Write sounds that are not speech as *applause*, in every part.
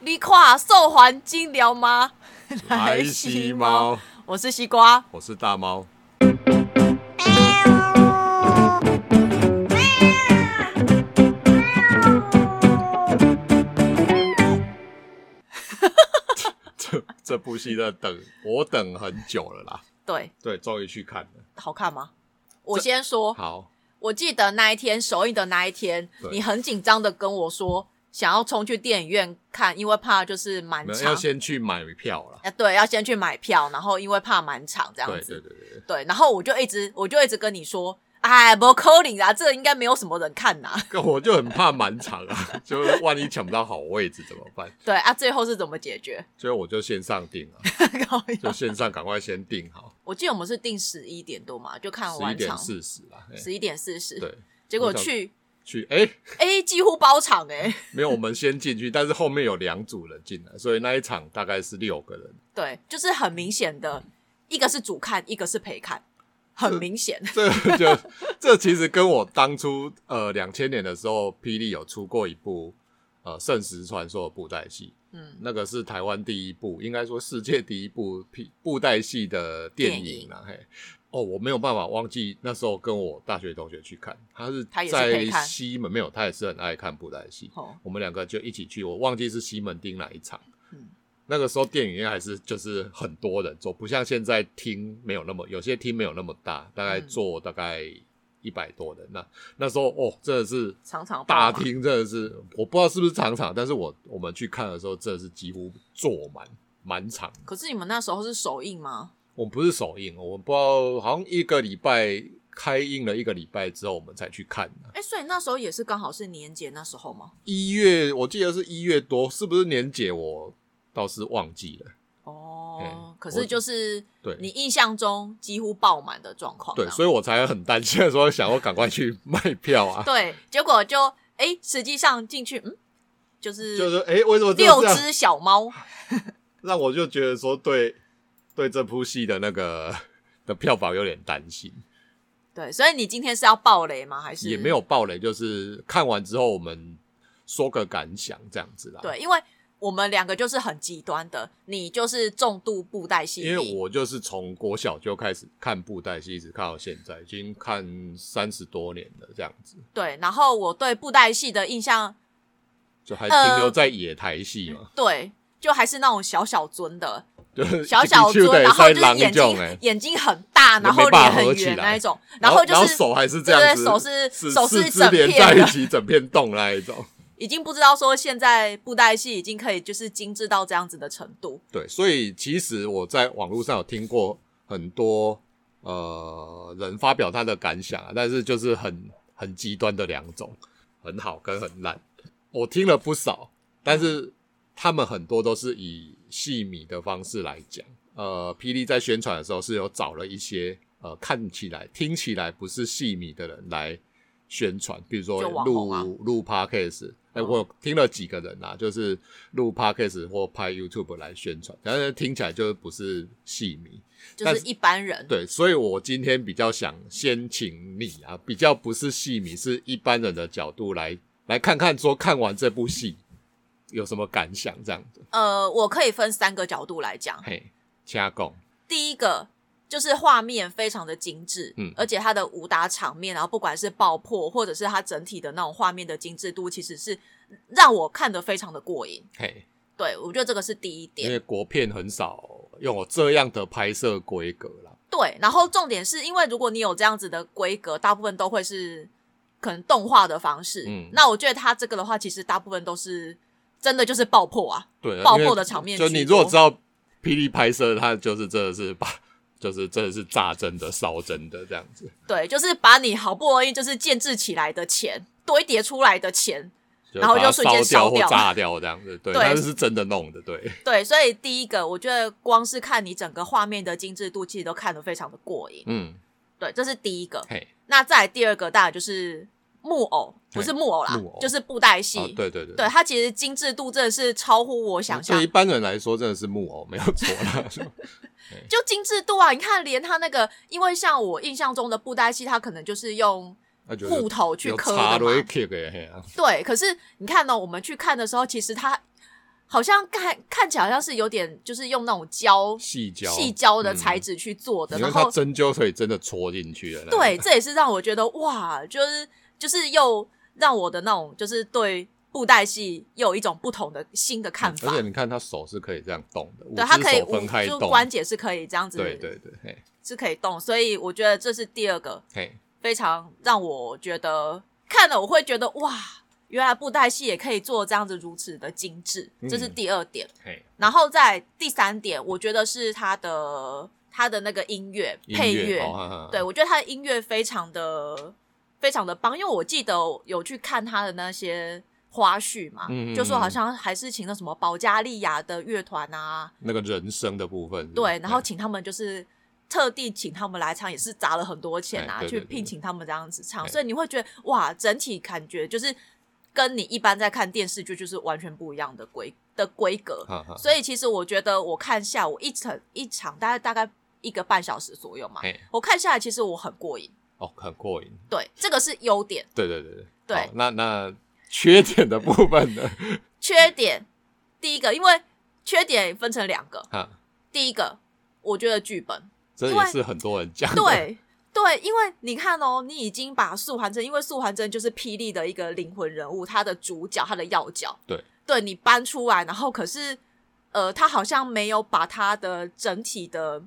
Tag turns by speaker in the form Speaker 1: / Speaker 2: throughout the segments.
Speaker 1: 你看受环金疗吗？
Speaker 2: 来西猫，
Speaker 1: 我是西瓜。
Speaker 2: 我是大猫。 *laughs* 这这部戏的等我等很久了啦，
Speaker 1: 对，
Speaker 2: 对，终于去看了。
Speaker 1: 好看吗？我先说，
Speaker 2: 好，
Speaker 1: 我记得那一天首映的那一天，
Speaker 2: 对
Speaker 1: 你很紧张的跟我说想要冲去电影院看，因为怕就是满
Speaker 2: 没有要
Speaker 1: 场。
Speaker 2: 先去买票啦。
Speaker 1: 啊，对，要先去买票，然后因为怕满场这样
Speaker 2: 对
Speaker 1: 子。
Speaker 2: 对对对对，
Speaker 1: 对然后我就一直我就一直跟你说，哎，不扣零啊，这应该没有什么人看呐、 *laughs*
Speaker 2: 可我就很怕满场啊， *laughs* 就是万一抢不到好位置怎么办？
Speaker 1: 对啊，最后是怎么解决？ *laughs*
Speaker 2: 所以我就线上订了，
Speaker 1: 靠腰
Speaker 2: 就线上赶快先订好，
Speaker 1: 我记得我们是定十一点多嘛，就看
Speaker 2: 十一
Speaker 1: 完
Speaker 2: 点
Speaker 1: 场
Speaker 2: 四十啦。哎
Speaker 1: 十一点四十，
Speaker 2: 对，
Speaker 1: 结果
Speaker 2: 我想
Speaker 1: 去
Speaker 2: 去哎，
Speaker 1: 哎、几乎包场哎、
Speaker 2: 没有，我们先进去，但是后面有两组人进来，所以那一场大概是六个人。
Speaker 1: 对，就是很明显的，一个是主看，一个是陪看，很明显。
Speaker 2: 这个就这其实跟我当初呃两千年的时候，霹雳有出过一部呃《圣石传说》的布袋戏，
Speaker 1: 嗯，
Speaker 2: 那个是台湾第一部，应该说世界第一部霹布袋戏的电影啊。嘿，哦，我没有办法忘记那时候跟我大学同学去看，他是
Speaker 1: 他也是
Speaker 2: 在
Speaker 1: 陪看
Speaker 2: 西门，没有，他也是很爱看布袋戏。
Speaker 1: 哦，
Speaker 2: 我们两个就一起去，我忘记是西门町哪一场。
Speaker 1: 嗯
Speaker 2: 那个时候电影院还是就是很多人坐，不像现在厅没有那么，有些厅没有那么大，大概
Speaker 1: 嗯
Speaker 2: 坐大概一百多人。那那时候哦，真的是
Speaker 1: 常常爆
Speaker 2: 大
Speaker 1: 满
Speaker 2: 厅真的是，我不知道是不是场场，但是我我们去看的时候真的是几乎坐满满场。
Speaker 1: 可是你们那时候是首映吗？
Speaker 2: 我们不是首映，我们不知道好像一个礼拜开映了一个礼拜之后，我们才去看的。
Speaker 1: 哎、所以那时候也是刚好是年节那时候吗？
Speaker 2: 一月我记得是一月多，是不是年节我倒是忘记了。
Speaker 1: 哦
Speaker 2: 嘿，
Speaker 1: 可
Speaker 2: 我
Speaker 1: 是就是
Speaker 2: 对
Speaker 1: 你哦印象中几乎爆满的状况这
Speaker 2: 对，
Speaker 1: 样，
Speaker 2: 所以我才很担心， *laughs* 说想要赶快去卖票啊。
Speaker 1: 对，结果就哎、实际上进去嗯，就是
Speaker 2: 就是哎、诶为什么只有
Speaker 1: 六
Speaker 2: 这样？
Speaker 1: 只小猫，
Speaker 2: 让我就觉得说对对这部戏的那个的票房有点担心，
Speaker 1: 对，所以你今天是要爆雷吗？还是
Speaker 2: 也没有爆雷，就是看完之后我们说个感想这样子啦。，
Speaker 1: 对，因为我们两个就是很极端的，你就是重度布袋戏迷，
Speaker 2: 因为我就是从国小就开始看布袋戏，一直看到现在，已经看三十多年了，这样子
Speaker 1: 对，然后我对布袋戏的印象，
Speaker 2: 就还
Speaker 1: 呃
Speaker 2: 停留在野台戏嘛，
Speaker 1: 对，就还是那种小小尊的，
Speaker 2: 就是
Speaker 1: 小小尊，然后就是眼睛、
Speaker 2: 哎。
Speaker 1: 眼睛很大，然后
Speaker 2: 没办
Speaker 1: 脸
Speaker 2: 法合
Speaker 1: 很
Speaker 2: 起
Speaker 1: 圆
Speaker 2: 来
Speaker 1: 那一种，
Speaker 2: 然
Speaker 1: 后就
Speaker 2: 然后
Speaker 1: 是
Speaker 2: 手还是这
Speaker 1: 对
Speaker 2: 样
Speaker 1: 对
Speaker 2: 子，
Speaker 1: 手是
Speaker 2: 四
Speaker 1: 手
Speaker 2: 四
Speaker 1: 是
Speaker 2: 肢
Speaker 1: 整
Speaker 2: 连
Speaker 1: 片
Speaker 2: 在一
Speaker 1: 的
Speaker 2: 起，整片动那一种。
Speaker 1: 已经不知道说现在布袋戏已经可以就是精致到这样子的程度，
Speaker 2: 对，所以其实我在网络上有听过很多呃人发表他的感想啊，但是就是很很极端的两种，很好跟很烂，我听了不少，但是他们很多都是以戏迷的方式来讲。呃，霹雳在宣传的时候是有找了一些呃看起来、听起来不是戏迷的人来宣传，比如说
Speaker 1: 就网
Speaker 2: 录
Speaker 1: 红啊嗯
Speaker 2: 录 podcast，哎、我有听了几个人啊，就是录 podcast 或拍 YouTube 来宣传，但是听起来就是不是戏迷。
Speaker 1: 就
Speaker 2: 但
Speaker 1: 是
Speaker 2: 是
Speaker 1: 一般人，
Speaker 2: 对，所以我今天比较想先请你啊，比较不是戏迷，是一般人的角度来来看看，说看完这部戏有什么感想这样子。
Speaker 1: 呃，我可以分三个角度来讲，
Speaker 2: 嘿，掐拱，
Speaker 1: 第一个就是画面非常的精致，
Speaker 2: 嗯
Speaker 1: 而且它的武打场面，然后不管是爆破或者是它整体的那种画面的精致度，其实是让我看得非常的过瘾。
Speaker 2: 嘿，
Speaker 1: 对我觉得这个是第一
Speaker 2: 因
Speaker 1: 点。
Speaker 2: 为国片很少有这样的拍摄规格啦。
Speaker 1: 对，然后重点是因为如果你有这样子的规格，大部分都会是可能动画的方式。
Speaker 2: 嗯
Speaker 1: 那我觉得它这个的话，其实大部分都是真的就是爆破啊，
Speaker 2: 对，
Speaker 1: 爆
Speaker 2: 因为
Speaker 1: 破的场面
Speaker 2: 就
Speaker 1: 居
Speaker 2: 你如果
Speaker 1: 多
Speaker 2: 知道霹雳拍摄，它就是真的是把，就是真的是炸真的、烧真的这样子。
Speaker 1: 对，就是把你好不容易就是建制起来的钱堆叠出来的钱，
Speaker 2: 就
Speaker 1: 然后
Speaker 2: 把它
Speaker 1: 就瞬间
Speaker 2: 烧
Speaker 1: 烧掉
Speaker 2: 或炸掉这样子，对，
Speaker 1: 对
Speaker 2: 但是是真的弄的，对，
Speaker 1: 对，所以第一个，我觉得光是看你整个画面的精致度，其实都看得非常的过瘾。
Speaker 2: 嗯，
Speaker 1: 对，这是第一个。
Speaker 2: 嘿，哦
Speaker 1: 那再来第二个，当然就是木偶，不是木偶啦，
Speaker 2: 木偶
Speaker 1: 就是布袋戏。
Speaker 2: 哦，对对对，
Speaker 1: 对，它其实精致度真的是超乎我想象
Speaker 2: 对一，般人来说真的是木偶，没有错
Speaker 1: *laughs*
Speaker 2: 啦。
Speaker 1: 就精致度啊！你看，连它那个，因为像我印象中的布袋戏，它可能就是用
Speaker 2: 那就是
Speaker 1: 木头去
Speaker 2: 有
Speaker 1: 刻
Speaker 2: 插
Speaker 1: 的嘛
Speaker 2: 雷 kick 嘿啊，
Speaker 1: 哦对，可是你看呢、我们去看的时候，其实它好像看看起来好像是有点就是用那种胶
Speaker 2: 细胶
Speaker 1: 细胶的材
Speaker 2: 嗯
Speaker 1: 质去做的，
Speaker 2: 因为
Speaker 1: 然
Speaker 2: 它
Speaker 1: 后
Speaker 2: 针灸可以真的戳进去了。那个
Speaker 1: 对，这也是让我觉得哇，就是就是又让我的那种就是对布袋戏又有一种不同的新的看法
Speaker 2: 嗯而且。你看他手是可以这样动的，
Speaker 1: 对，
Speaker 2: 五
Speaker 1: 它
Speaker 2: 只
Speaker 1: 可以
Speaker 2: 手分
Speaker 1: 五
Speaker 2: 开
Speaker 1: 就
Speaker 2: 动，
Speaker 1: 关节是可以这样子，
Speaker 2: 对对对，嘿，
Speaker 1: 是可以动，所以我觉得这是第二个
Speaker 2: 嘿，
Speaker 1: 非常让我觉得看了我会觉得哇，原来布袋戏也可以做这样子如此的精致，
Speaker 2: 嗯
Speaker 1: 这是第二点。
Speaker 2: 嘿，
Speaker 1: 然后在第三点，我觉得是它的它的那个音乐
Speaker 2: 音
Speaker 1: 配
Speaker 2: 乐，
Speaker 1: 乐，
Speaker 2: 哦哈哈
Speaker 1: 对我觉得它的音乐非常的非常的棒，因为我记得有去看他的那些。花絮嘛，
Speaker 2: 嗯嗯
Speaker 1: 就说
Speaker 2: 嗯
Speaker 1: 好像还是请了什么保加利亚的乐团啊，
Speaker 2: 那个人声的部分是，
Speaker 1: 对，然后
Speaker 2: 嘿
Speaker 1: 请他们就是特地请他们来唱，也是砸了很多钱啊，
Speaker 2: 哎对对
Speaker 1: 去
Speaker 2: 对
Speaker 1: 聘请他们这样子唱，
Speaker 2: 哎
Speaker 1: 所以你会觉得哇，整体感觉就是跟你一般在看电视剧就是完全不一样的规的规格。
Speaker 2: 哈哈，
Speaker 1: 所以其实我觉得我看下午一场一场大概大概一个半小时左右嘛，
Speaker 2: 嘿，
Speaker 1: 我看下来其实我很过瘾。
Speaker 2: 哦，很过瘾，
Speaker 1: 对，这个是优点。
Speaker 2: 对对对对
Speaker 1: 对
Speaker 2: 好那那缺点的部分呢？
Speaker 1: *laughs* 缺点第一个，因为缺点分成两个，
Speaker 2: 哈，
Speaker 1: 第一个我觉得剧本
Speaker 2: 这
Speaker 1: 因为
Speaker 2: 也是很多人讲的，
Speaker 1: 对对，因为你看哦，你已经把素还真，因为素还真就是霹雳的一个灵魂人物，他的主角，他的要角，
Speaker 2: 对，
Speaker 1: 对你搬出来，然后可是呃，他好像没有把他的整体的，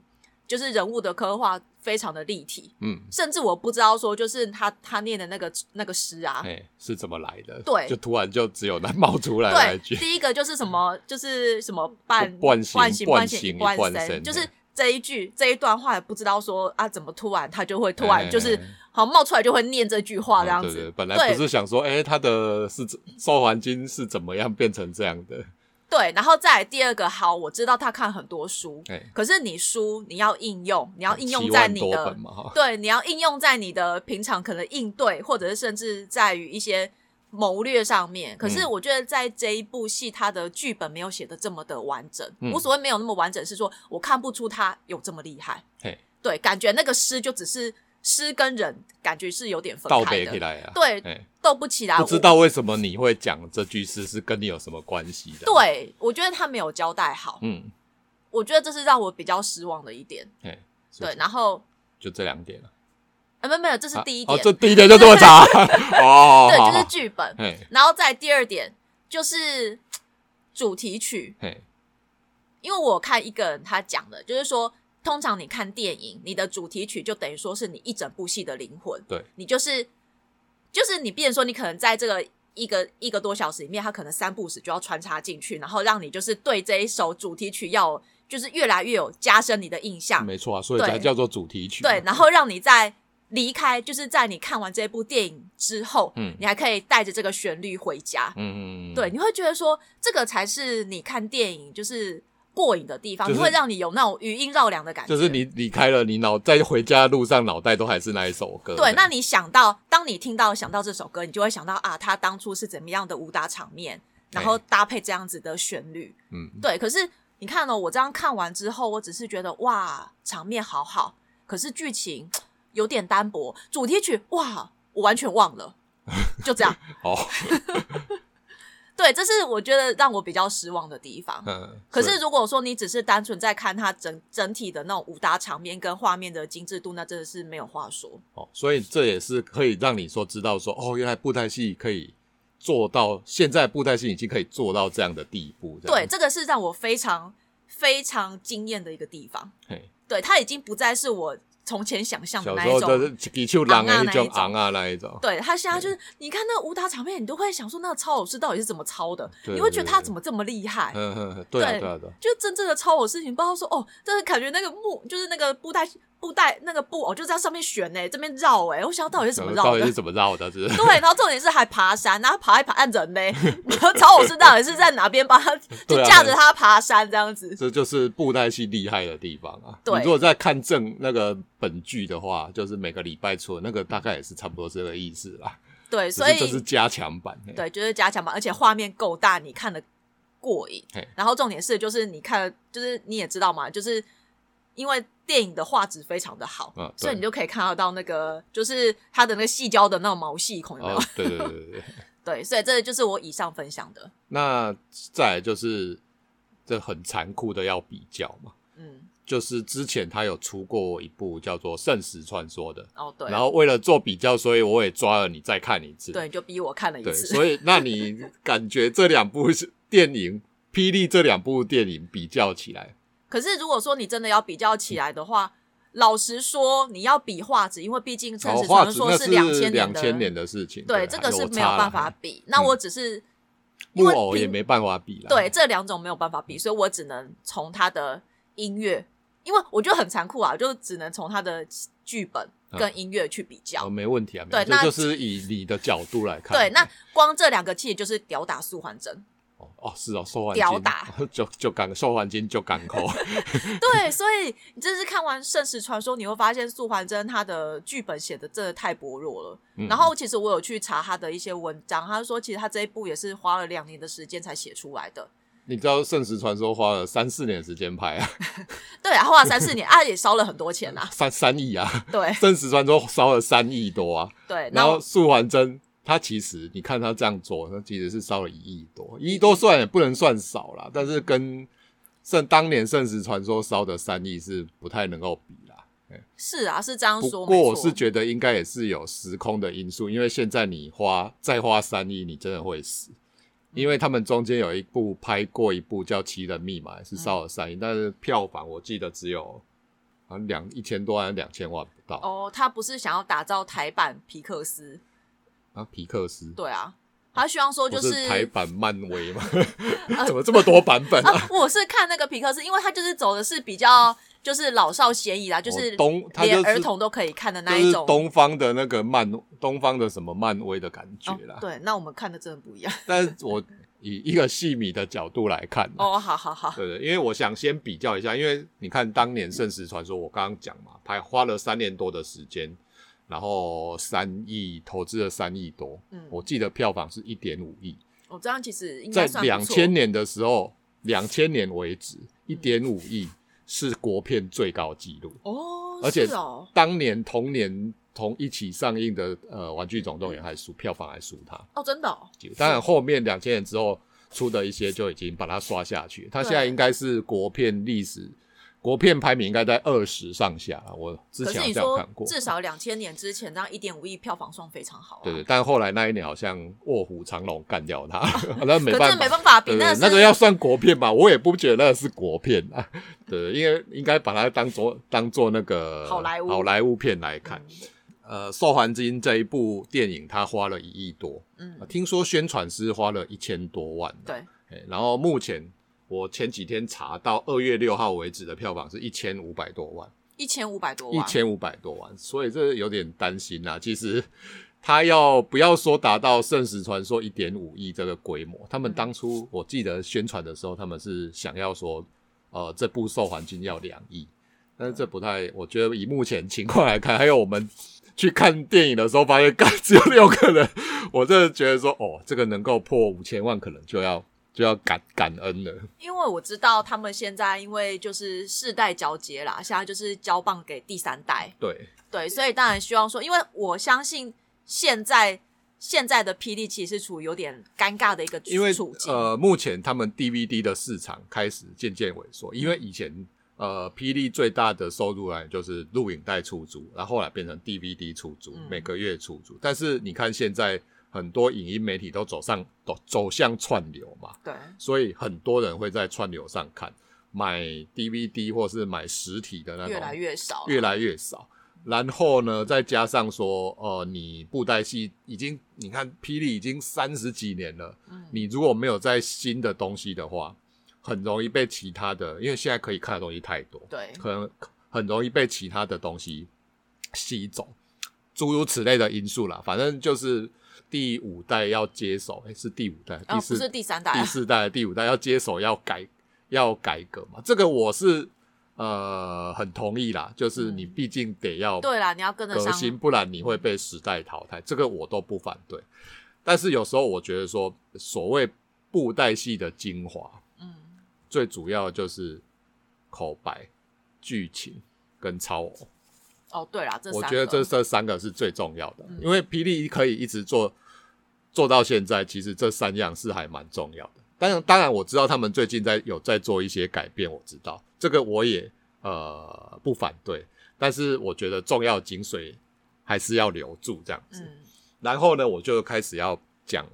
Speaker 1: 就是人物的刻画非常的立体，
Speaker 2: 嗯，
Speaker 1: 甚至我不知道说，就是他他念的那个那个诗啊，
Speaker 2: 嘿，是怎么来的？
Speaker 1: 对
Speaker 2: 就突然就只有那冒出来那
Speaker 1: 对
Speaker 2: 一，句，
Speaker 1: 第一个就是什么，就是什么
Speaker 2: *laughs*
Speaker 1: 半
Speaker 2: 半形
Speaker 1: 半形
Speaker 2: 半
Speaker 1: 半
Speaker 2: 形
Speaker 1: 形
Speaker 2: 一
Speaker 1: 半
Speaker 2: 半
Speaker 1: 身，
Speaker 2: 身
Speaker 1: 就是
Speaker 2: 嘿
Speaker 1: 这一句这一段话，也不知道说啊，怎么突然他就会 *laughs* 突然就是
Speaker 2: 嘿嘿嘿
Speaker 1: 好像冒出来就会念这句话这样
Speaker 2: 嗯哎对对
Speaker 1: 子，
Speaker 2: 本来
Speaker 1: 对
Speaker 2: 不是想说，哎，他的是受环境是怎么样变成这样的？
Speaker 1: 对，然后再来第二个，好，我知道他看很多书，
Speaker 2: 哎，
Speaker 1: 可是你书你要应用，你要应用
Speaker 2: 7
Speaker 1: 在
Speaker 2: 万
Speaker 1: 你
Speaker 2: 多
Speaker 1: 的
Speaker 2: 本嘛，哈，
Speaker 1: 对，你要应用在你的平常可能应对，或者是甚至在于一些谋略上面。可是
Speaker 2: 嗯
Speaker 1: 我觉得在这一部戏，它的剧本没有写的这么的完整。
Speaker 2: 嗯
Speaker 1: 我所谓没有那么完整，是说我看不出他有这么厉害。
Speaker 2: 嘿，
Speaker 1: 对，感觉那个诗就只是诗跟人，感觉是有点分
Speaker 2: 倒
Speaker 1: 开
Speaker 2: 背起
Speaker 1: 的，
Speaker 2: 来啊，
Speaker 1: 对啊
Speaker 2: 嘿
Speaker 1: 斗不起来。
Speaker 2: 不知
Speaker 1: 我。
Speaker 2: 道为什么你会讲这句诗是跟你有什么关系的？，
Speaker 1: 对，我觉得他没有交代好，
Speaker 2: 嗯，
Speaker 1: 我觉得这是让我比较失望的一点。
Speaker 2: 哎，是
Speaker 1: 对，，然后
Speaker 2: 就这两点了。
Speaker 1: 啊，没有没有，这是第一点，
Speaker 2: 哦，这第一点就这
Speaker 1: *laughs*
Speaker 2: 么长哦，
Speaker 1: 对，
Speaker 2: 好
Speaker 1: 就是
Speaker 2: 好
Speaker 1: 剧本。
Speaker 2: 嘿，
Speaker 1: 然后再第二点就是主题曲，
Speaker 2: 嘿，
Speaker 1: 因为我看一个人他讲的，就是说，通常你看电影，你的主题曲就等于说是你一整部戏的灵魂，
Speaker 2: 对，
Speaker 1: 你就是就是你，变成说你可能在这个。一个一个多小时里面，他可能三部时就要穿插进去，然后让你就是对这一首主题曲要就是越来越有加深你的印象，
Speaker 2: 没错啊，所以
Speaker 1: 对
Speaker 2: 才叫做主题曲。
Speaker 1: 对，然后让你在离开，就是在你看完这部电影之后，
Speaker 2: 嗯
Speaker 1: 你还可以带着这个旋律回家，
Speaker 2: 嗯，嗯，嗯
Speaker 1: 对，，你会觉得说这个才是你看电影就是过瘾的地方，
Speaker 2: 就是
Speaker 1: 你会让你有那种余音绕梁的感觉。
Speaker 2: 就是你离开了，你脑在回家的路上，脑袋都还是那一首歌。
Speaker 1: 对，那你想到，当你听到想到这首歌，你就会想到啊，他当初是怎么样的武打场面，然
Speaker 2: 哎
Speaker 1: 后搭配这样子的旋律。
Speaker 2: 嗯，
Speaker 1: 对，可是你看哦，我这样看完之后，我只是觉得哇，场面好好，可是剧情有点单薄，主题曲哇，我完全忘了，就
Speaker 2: *laughs*
Speaker 1: 这样。
Speaker 2: 哦，
Speaker 1: 对，这是我觉得让我比较失望的地方。
Speaker 2: 嗯，
Speaker 1: *laughs* 可是如果说你只是单纯在看它整整体的那种武打场面跟画面的精致度，那真的是没有话说。
Speaker 2: 哦，所以这也是可以让你说知道说，哦，原来布袋戏可以做到，现在布袋戏已经可以做到这样的地步。这
Speaker 1: 对，
Speaker 2: 样，
Speaker 1: 这个是让我非常非常惊艳的一个地方。
Speaker 2: 嘿
Speaker 1: 对，它已经不再是我从前想象的
Speaker 2: 小
Speaker 1: 那
Speaker 2: 时
Speaker 1: 一
Speaker 2: 候就是
Speaker 1: 种。
Speaker 2: 几手狼的那种
Speaker 1: 昂
Speaker 2: 昂啊那一种。
Speaker 1: 对，它现在就是你看那个武打场面，你都会想说那个超偶师到底是怎么抄的，
Speaker 2: 对
Speaker 1: 你会觉得
Speaker 2: 对
Speaker 1: 他
Speaker 2: 对
Speaker 1: 怎么这么厉害？
Speaker 2: 嗯嗯，嗯对啊
Speaker 1: 对
Speaker 2: 对啊对啊，
Speaker 1: 就真正的超偶事情，不知道说哦，但是感觉那个木就是那个布袋布袋那个布哦偶就在上面旋呢、这边绕哎、我想到底是怎么绕
Speaker 2: 到
Speaker 1: 的
Speaker 2: 底是？怎么绕
Speaker 1: *laughs*
Speaker 2: 的？这是
Speaker 1: 对，然后重点是还爬山，然后爬一爬按 *laughs* 人嘞，找我是到底是在哪边帮他，就
Speaker 2: *laughs* 对啊
Speaker 1: 架着他爬山这样子。
Speaker 2: 这就是布袋戏厉害的地方啊！
Speaker 1: 对
Speaker 2: 你如果在看正那个本剧的话，就是每个礼拜出的那个，大概也是差不多这个意思啦。
Speaker 1: 对，
Speaker 2: 啊只
Speaker 1: 所
Speaker 2: 是
Speaker 1: 以
Speaker 2: 这是加强版、欸，
Speaker 1: 对，就是加强版，而且画面够大，你看的过瘾
Speaker 2: 嘿。
Speaker 1: 然后重点是，就是你看，就是你也知道嘛，就是因为电影的画质非常的好，
Speaker 2: 嗯对
Speaker 1: 所以
Speaker 2: 啊
Speaker 1: 你就可以看得到那个，就是它的那个细胶的那种毛细孔有没有？
Speaker 2: 哦，对对对对对，
Speaker 1: 对，所以这就是我以上分享的。
Speaker 2: 那再来就是这很残酷的要比较嘛，
Speaker 1: 嗯，
Speaker 2: 就是之前他有出过一部叫做《圣石传说》的，
Speaker 1: 哦对，
Speaker 2: 然后为了做比较，所以我也抓了你再看一次。
Speaker 1: 对，你就逼我看了一
Speaker 2: 对，
Speaker 1: 次，
Speaker 2: 所以那你感觉这两部是电影，《霹雳》这两部电影比较起来，
Speaker 1: 可是如果说你真的要比较起来的话，老实说，你要比画质，因为毕竟《城
Speaker 2: 然后
Speaker 1: 市
Speaker 2: 哦画
Speaker 1: 传
Speaker 2: 质
Speaker 1: 说
Speaker 2: 那》
Speaker 1: 是两
Speaker 2: 是
Speaker 1: 千
Speaker 2: 两
Speaker 1: 的，
Speaker 2: 千年的事情，
Speaker 1: 对，
Speaker 2: 啊
Speaker 1: 这个是
Speaker 2: 有
Speaker 1: 没有
Speaker 2: 差
Speaker 1: 办
Speaker 2: 啦
Speaker 1: 法比。那我只是因
Speaker 2: 木
Speaker 1: 为
Speaker 2: 偶也
Speaker 1: 平
Speaker 2: 没办法比了。
Speaker 1: 对，这两种没有办法比，所以我只能从他的音乐，因为我觉得很残酷啊，就只能从他的剧本跟音乐去比较。
Speaker 2: 哦，没问题啊，没
Speaker 1: 对
Speaker 2: 问题
Speaker 1: 那
Speaker 2: 这就是以你的角度来看。
Speaker 1: 对，那光这两个其实就是屌打素还真。
Speaker 2: 哦哦是哦，收完
Speaker 1: 屌
Speaker 2: 金
Speaker 1: 打
Speaker 2: 就就港收完金
Speaker 1: *laughs*
Speaker 2: 就港口，
Speaker 1: 对，所以你这次看完《圣石传说》，你会发现素还真他的剧本写的真的太薄弱了。
Speaker 2: 嗯
Speaker 1: 然后其实我有去查他的一些文章，他说其实他这一部也是花了两年的时间才写出来的。
Speaker 2: 你知道《圣石传说》花了三四年的时间拍啊， *laughs*
Speaker 1: 对啊，花了三四年，啊也烧了很多钱啊。
Speaker 2: 三三亿啊，
Speaker 1: 对
Speaker 2: 《圣石传说》烧了三亿多啊，
Speaker 1: 对，
Speaker 2: 然
Speaker 1: 那
Speaker 2: 后
Speaker 1: 我
Speaker 2: 素还真。他其实，你看他这样做，他其实是烧了一亿多，一亿多算也不能算少啦，但是跟圣当年《圣石传说》烧的三亿是不太能够比啦。
Speaker 1: 是啊是这样
Speaker 2: 不
Speaker 1: 说，
Speaker 2: 过我
Speaker 1: 没错
Speaker 2: 是觉得应该也是有时空的因素，因为现在你花再花三亿，你真的会死。
Speaker 1: 嗯
Speaker 2: 因为他们中间有一部拍过一部叫《奇人密码》，也是
Speaker 1: 嗯
Speaker 2: 烧了三亿，但是票房我记得只有好像两一千多还是两千万不到、
Speaker 1: 哦，他不是想要打造台版皮克斯，
Speaker 2: 啊。皮克斯，
Speaker 1: 对啊，他希望说就
Speaker 2: 不是台版漫威吗？
Speaker 1: 呃
Speaker 2: *laughs* 怎么这么多版本啊？
Speaker 1: 啊，我是看那个皮克斯，因为他就是走的是比较就是老少咸宜啦，就是
Speaker 2: 哦东他
Speaker 1: 连
Speaker 2: 就是
Speaker 1: 儿童都可以看的那
Speaker 2: 就
Speaker 1: 一
Speaker 2: 是
Speaker 1: 种。
Speaker 2: 东方的那个漫，东方的什么漫威的感觉
Speaker 1: 哦
Speaker 2: 啦。
Speaker 1: 对，那我们看的真的不一样。
Speaker 2: 但是我以一个戏迷的角度来看、 *laughs* 哦。
Speaker 1: 哦，好好好，
Speaker 2: 对对，因为我想先比较一下，因为你看当年《圣石传说》，我刚刚讲嘛，拍花了三年多的时间，然后三亿投资了三亿多，
Speaker 1: 嗯，
Speaker 2: 我记得票房是一点五亿，
Speaker 1: 我这样其实应
Speaker 2: 在
Speaker 1: 该算不
Speaker 2: 两
Speaker 1: 错嗯
Speaker 2: 千年的时候，两千年为止，一点五亿是国片最高纪录。
Speaker 1: 哦，
Speaker 2: 而且
Speaker 1: 是哦，
Speaker 2: 当年同年同一起上映的呃《玩具总动员》还输票房还输它，
Speaker 1: 哦，真的哦，
Speaker 2: 当然后面两千年之后出的一些就已经把它刷下去。它现在应该是国片历史国片排名应该在二十上下啦，我之
Speaker 1: 可
Speaker 2: 前
Speaker 1: 是
Speaker 2: 好
Speaker 1: 你
Speaker 2: 像有
Speaker 1: 说
Speaker 2: 看过。
Speaker 1: 至少两千年之前，这样一点五亿票房算非常好、啊。
Speaker 2: 对对，但后来那一年好像卧虎藏龙干
Speaker 1: *laughs*
Speaker 2: 掉它，那没
Speaker 1: 可
Speaker 2: 办
Speaker 1: 这
Speaker 2: 法，
Speaker 1: 没办法啊比
Speaker 2: 对
Speaker 1: 那
Speaker 2: 对
Speaker 1: 是
Speaker 2: 那个要算国片吧，我也不觉得那是国片啊。 *laughs* 对，因为应该把它当做当做那个
Speaker 1: 好莱坞嗯
Speaker 2: 好莱坞片来看。呃，《受环金》这一部电影，它花了一亿多，
Speaker 1: 嗯，
Speaker 2: 呃
Speaker 1: 嗯
Speaker 2: 听说宣传是花了一千多万的。
Speaker 1: 对，
Speaker 2: 哎然后目前我前几天查到二月六号为止的票房是一千五百多万，
Speaker 1: 一千五百多啊
Speaker 2: 一
Speaker 1: 万，
Speaker 2: 千五百多万，所以这有点担心啦、其实他要不要说达到《圣石传说》一点五亿这个规模？他们当初我记得宣传的时候，他们是想要说，呃，这部受环境要两亿，但是这不太，我觉得以目前情况来看， *laughs* 还有我们。去看电影的时候，发现干只有六个人，我真的觉得说，哦，这个能够破五千万，可能就要就要感感恩了。
Speaker 1: 因为我知道他们现在因为就是世代交接啦，现在就是交棒给第三代，
Speaker 2: 对，
Speaker 1: 对，所以当然希望说，因为我相信现在现在的霹雳其实是处于有点尴尬的一个
Speaker 2: 因为
Speaker 1: 处境，
Speaker 2: 呃，目前他们 DVD 的市场开始渐渐萎缩，因
Speaker 1: 嗯
Speaker 2: 为以前呃，霹雳最大的收入来源就是录影带出租，然后后来变成 DVD 出租，
Speaker 1: 嗯
Speaker 2: 每个月出租。但是你看现在很多影音媒体都走上走走向串流嘛，
Speaker 1: 对，
Speaker 2: 所以很多人会在串流上看，买 DVD 或是买实体的那种，
Speaker 1: 越来越少嗯了，
Speaker 2: 越来越少。然后呢，再加上说，呃，你布袋戏已经，你看霹雳已经三十几年了，
Speaker 1: 嗯
Speaker 2: 你如果没有在新的东西的话，很容易被其他的，因为现在可以看的东西太多，
Speaker 1: 对，
Speaker 2: 可能很容易被其他的东西吸走，诸如此类的因素啦。反正就是第五代要接手，诶，是第五代，
Speaker 1: 然
Speaker 2: 第
Speaker 1: 后哦不
Speaker 2: 四、
Speaker 1: 是第三代
Speaker 2: 第
Speaker 1: 啊，
Speaker 2: 四代、第五代要接手要改要改革嘛，这个我是呃很同意啦，就是你
Speaker 1: 嗯
Speaker 2: 毕竟得要
Speaker 1: 对啦，你要跟得
Speaker 2: 革
Speaker 1: 上，
Speaker 2: 新，不然你会被时代淘汰，这个我都不反对。但是有时候我觉得说，所谓布袋戏的精华，
Speaker 1: 嗯，
Speaker 2: 最主要就是口白、剧情跟超偶。
Speaker 1: 哦，对啦，这
Speaker 2: 我
Speaker 1: 三
Speaker 2: 觉得
Speaker 1: 个
Speaker 2: 这这三个是最重要的，
Speaker 1: 嗯
Speaker 2: 因为霹雳可以一直做做到现在，其实这三样是还蛮重要的。当然，当然我知道他们最近在有在做一些改变，我知道这个我也呃不反对，但是我觉得重要精髓还是要留住这样子。
Speaker 1: 嗯，
Speaker 2: 然后呢，我就开始要讲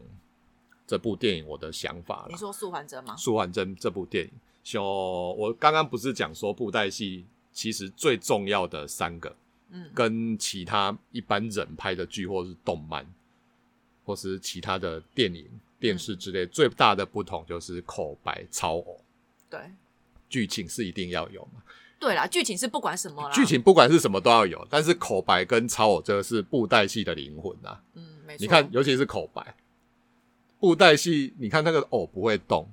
Speaker 2: 这部电影我的想法
Speaker 1: 你
Speaker 2: 了。
Speaker 1: 说素还真吗？
Speaker 2: 舒缓真这部电影，就我刚刚不是讲说布袋戏其实最重要的三个，
Speaker 1: 嗯
Speaker 2: 跟其他一般人拍的剧或是动漫，或是其他的电
Speaker 1: 嗯
Speaker 2: 影、电视之类，最大的不同就是口白超偶，
Speaker 1: 对
Speaker 2: 剧情是一定要有嘛。
Speaker 1: 对啦，剧情是不管什么啦，
Speaker 2: 剧情不管是什么都要有，但是口白跟超偶这个是布袋戏的灵魂啊。
Speaker 1: 嗯，没错。
Speaker 2: 你看，尤其是口白，布袋戏，你看那个偶不会动，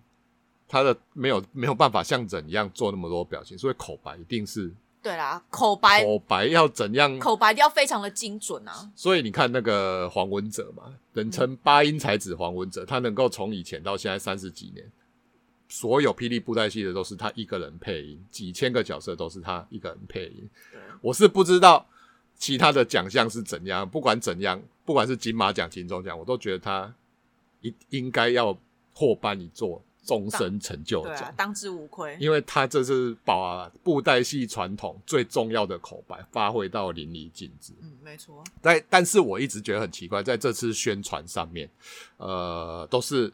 Speaker 2: 他的没有没有办法像人一样做那么多表情，所以口白一定是
Speaker 1: 对啦，口白
Speaker 2: 口白要怎样
Speaker 1: 口白一定要非常的精准啊，
Speaker 2: 所以你看那个黄文哲嘛，人
Speaker 1: 嗯
Speaker 2: 称八音才子黄文哲，他能够从以前到现在三十几年，所有霹雳布袋戏的都是他一个人配音，几千个角色都是他一个人配音
Speaker 1: 对。
Speaker 2: 我是不知道其他的奖项是怎样，不管怎样，不管是金马奖、金钟奖，我都觉得他一应该要获颁一座终身成就
Speaker 1: 对
Speaker 2: 奖
Speaker 1: 啊，。当之无愧。
Speaker 2: 因为他这是把布袋戏传统最重要的口白发挥到淋漓尽致。
Speaker 1: 嗯，没错，
Speaker 2: 但但是我一直觉得很奇怪，在这次宣传上面，呃，都是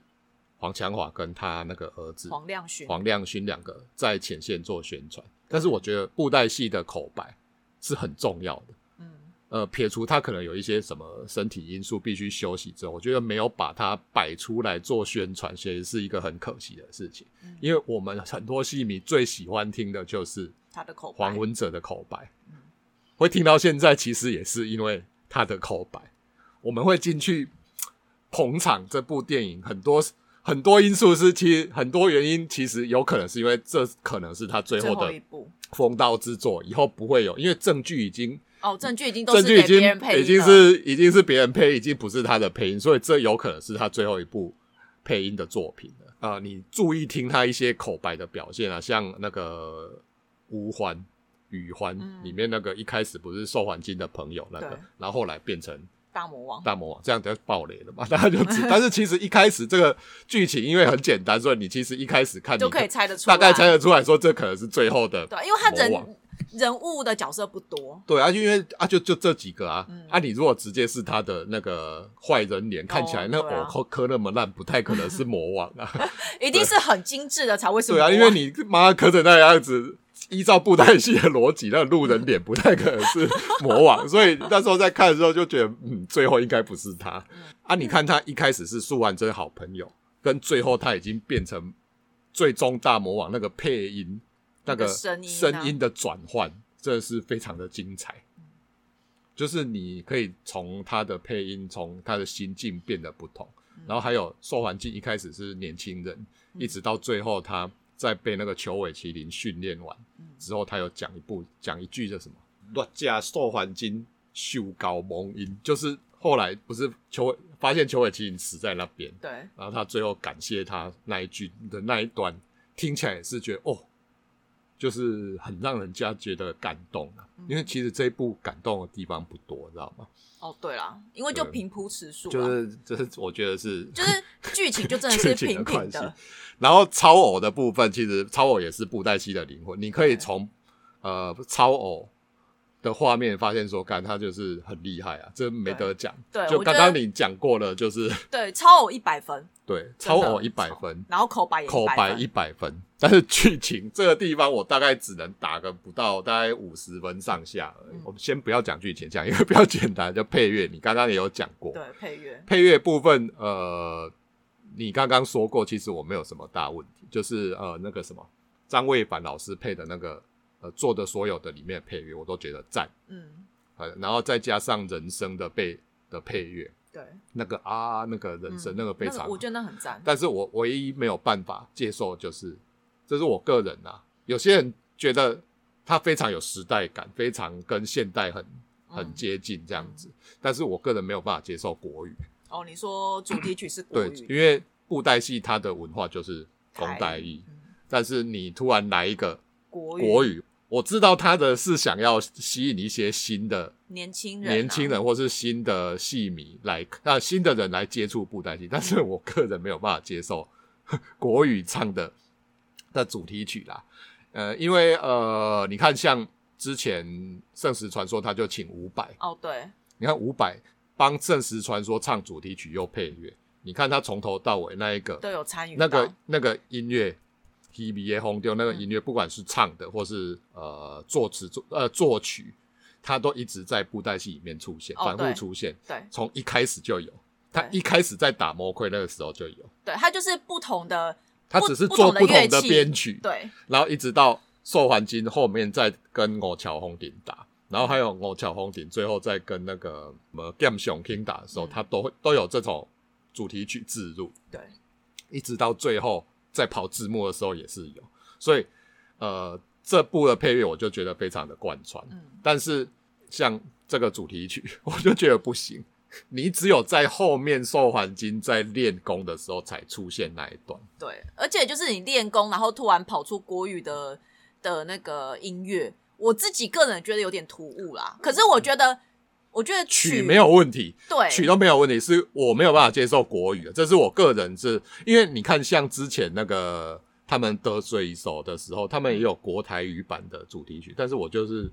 Speaker 2: 黄强华跟他那个儿子
Speaker 1: 黄亮勋，
Speaker 2: 黄亮勋两个在前线做宣传。但是我觉得布袋戏的口白是很重要的，
Speaker 1: 嗯，
Speaker 2: 呃，撇除他可能有一些什么身体因素必须休息之后，我觉得没有把它摆出来做宣传，其实是一个很可惜的事情。
Speaker 1: 嗯
Speaker 2: 因为我们很多戏迷最喜欢听的就是
Speaker 1: 他的口白
Speaker 2: 黄，文哲的口白
Speaker 1: 嗯，
Speaker 2: 会听到现在，其实也是因为他的口白，我们会进去捧场这部电影，很多很多因素是其实很多原因，其实有可能是因为这可能是他最
Speaker 1: 最
Speaker 2: 后
Speaker 1: 后一
Speaker 2: 的
Speaker 1: 步
Speaker 2: 封刀之作，以后不会有，因为证据已经
Speaker 1: 哦，证据已经都
Speaker 2: 证
Speaker 1: 是
Speaker 2: 据已
Speaker 1: 给
Speaker 2: 经
Speaker 1: 别人配音
Speaker 2: 已经
Speaker 1: 了
Speaker 2: 是已经是别人配，已经不是他的配音，所以这有可能是他最后一部配音的作品了。啊、你注意听他一些口白的表现啊，像那个吴欢、雨欢、
Speaker 1: 嗯
Speaker 2: 里面那个一开始不是受环境的朋友那个
Speaker 1: 对，
Speaker 2: 然后后来变成
Speaker 1: 大魔王，
Speaker 2: 大魔王，这样就爆雷了嘛？ *laughs* 大家就知。但是其实一开始这个剧情因为很简单，所以你其实一开始看你
Speaker 1: 就可以猜得出
Speaker 2: 大
Speaker 1: 来，
Speaker 2: 概猜得出来说这可能是最后的
Speaker 1: 对啊，因为他
Speaker 2: 魔王
Speaker 1: 人人物的角色不多，
Speaker 2: 对啊，就因为啊，就就这几个啊，
Speaker 1: 嗯
Speaker 2: 啊，你如果直接是他的那个坏人脸，看起来那
Speaker 1: 对啊
Speaker 2: 偶抠磕那么烂，不太可能是魔王啊。
Speaker 1: *laughs* 一定是很精致的才会是
Speaker 2: 对啊，
Speaker 1: 魔
Speaker 2: 因为
Speaker 1: 王
Speaker 2: 你妈磕成那样子，依照布袋戏的逻辑，那路人脸不太可能是魔王，所以那时候在看的时候就觉得，嗯，最后应该不是他
Speaker 1: 嗯
Speaker 2: 啊。你看他一开始是素万真好朋友，跟最后他已经变成最终大魔王那个配音那
Speaker 1: 那个
Speaker 2: 个
Speaker 1: 声音啊
Speaker 2: 声音的转换，真的是非常的精彩。就是你可以从他的配音，从他的心境变得不同。
Speaker 1: 嗯
Speaker 2: 然后还有受环境一开始是年轻人，一直到最后他在被那个球尾麒麟训练完
Speaker 1: 嗯
Speaker 2: 之后，他有讲一部讲一句叫什么“乱架受环境修高蒙音”，就是后来不是球尾发现球尾麒麟死在那边，
Speaker 1: 对
Speaker 2: 然后他最后感谢他那一句的那一段，听起来也是觉得哦，就是很让人家觉得感动啊。
Speaker 1: 嗯
Speaker 2: 因为其实这一部感动的地方不多，知道吗？
Speaker 1: 哦对啦，因为就
Speaker 2: 对
Speaker 1: 平铺直述啊，
Speaker 2: 就是就是，我觉得是
Speaker 1: 就是剧情就真的
Speaker 2: *laughs* 剧
Speaker 1: 是
Speaker 2: 情
Speaker 1: 平
Speaker 2: 的
Speaker 1: 平
Speaker 2: 关
Speaker 1: 的，
Speaker 2: 然后超偶的部分，其实超偶也是布袋戏的灵魂。你可以从呃超偶的画面发现说，干他就是很厉害啊，这没得讲。
Speaker 1: 对
Speaker 2: 就
Speaker 1: 我
Speaker 2: 刚
Speaker 1: 觉得
Speaker 2: 刚你讲过了，就是
Speaker 1: 对，超偶一百分，
Speaker 2: 对
Speaker 1: 真
Speaker 2: 超
Speaker 1: 的
Speaker 2: 偶一百分，
Speaker 1: 然后口白也100
Speaker 2: 口白
Speaker 1: 分
Speaker 2: 一百分，但是剧情这个地方我大概只能打个不到大概五十分上下而已。
Speaker 1: 嗯
Speaker 2: 我们先不要讲剧情，讲一个比较简单，就配乐。你刚刚也有讲过，
Speaker 1: 对配乐，
Speaker 2: 配乐部分，呃，你刚刚说过，其实我没有什么大问题，就是呃那个什么张卫凡老师配的那个呃做的所有的里面的配乐，我都觉得赞，
Speaker 1: 嗯，
Speaker 2: 呃，然后再加上人声的配的配乐，
Speaker 1: 对，
Speaker 2: 那个啊那个人声、
Speaker 1: 嗯
Speaker 2: 那个非常好，
Speaker 1: 我觉得那很赞，
Speaker 2: 但是我唯一没有办法接受的就是，这是我个人啊，有些人觉得它非常有时代感，非常跟现代很很
Speaker 1: 嗯
Speaker 2: 接近这样子，但是我个人没有办法接受国语。
Speaker 1: 哦，你说主题曲是国
Speaker 2: *clears throat* 对，
Speaker 1: 语，
Speaker 2: 因为布袋戏它的文化就是公
Speaker 1: 台
Speaker 2: 代艺，
Speaker 1: 嗯
Speaker 2: 但是你突然来一个
Speaker 1: 国语
Speaker 2: 国语，我知道他的是想要吸引一些新的
Speaker 1: 年轻人、啊
Speaker 2: 年轻，人或是新的戏迷来让新的人来接触布袋戏，但是我个人没有办法接受 *laughs* 国语唱的的主题曲啦。呃，因为呃，你看像之前《圣石传说》，他就请伍佰，
Speaker 1: 哦，对，
Speaker 2: 你看伍佰帮《圣石传说》唱主题曲又配乐，你看他从头到尾那一个
Speaker 1: 都有参与到，嗯
Speaker 2: 那个那个音乐 T B A 红丢那个音乐，不管是唱的或是呃作词作呃作曲，它都一直在布袋戏里面出现，
Speaker 1: 哦
Speaker 2: 反复
Speaker 1: 对
Speaker 2: 出现，
Speaker 1: 对
Speaker 2: 从一开始就有。他
Speaker 1: 对
Speaker 2: 一开始在打魔盔那个时候就有，
Speaker 1: 对，它就是不同的，
Speaker 2: 他
Speaker 1: 不
Speaker 2: 只是
Speaker 1: 不
Speaker 2: 做
Speaker 1: 同的
Speaker 2: 不同
Speaker 1: 乐
Speaker 2: 的
Speaker 1: 器
Speaker 2: 编曲，
Speaker 1: 对
Speaker 2: 然后一直到寿环金后面再跟我乔红顶打，然后还有我乔红顶最后再跟那个什么 Game 熊 King 打的时候，
Speaker 1: 嗯
Speaker 2: 他都会都有这种主题曲置入，
Speaker 1: 对，
Speaker 2: 一直到最后在跑字幕的时候也是有，所以呃这部的配乐我就觉得非常的贯穿，
Speaker 1: 嗯，
Speaker 2: 但是像这个主题曲我就觉得不行， *laughs* 你只有在后面寿环金在练功的时候才出现那一段。
Speaker 1: 对，而且就是你练功，然后突然跑出国语的的那个音乐，我自己个人觉得有点突兀啦。可是我觉得，我觉得
Speaker 2: 曲没有问题，
Speaker 1: 对
Speaker 2: 曲都没有问题，是我没有办法接受国语的，这是我个人是，因为你看像之前那个他们得罪一首的时候，他们也有国台语版的主题曲，但是我就是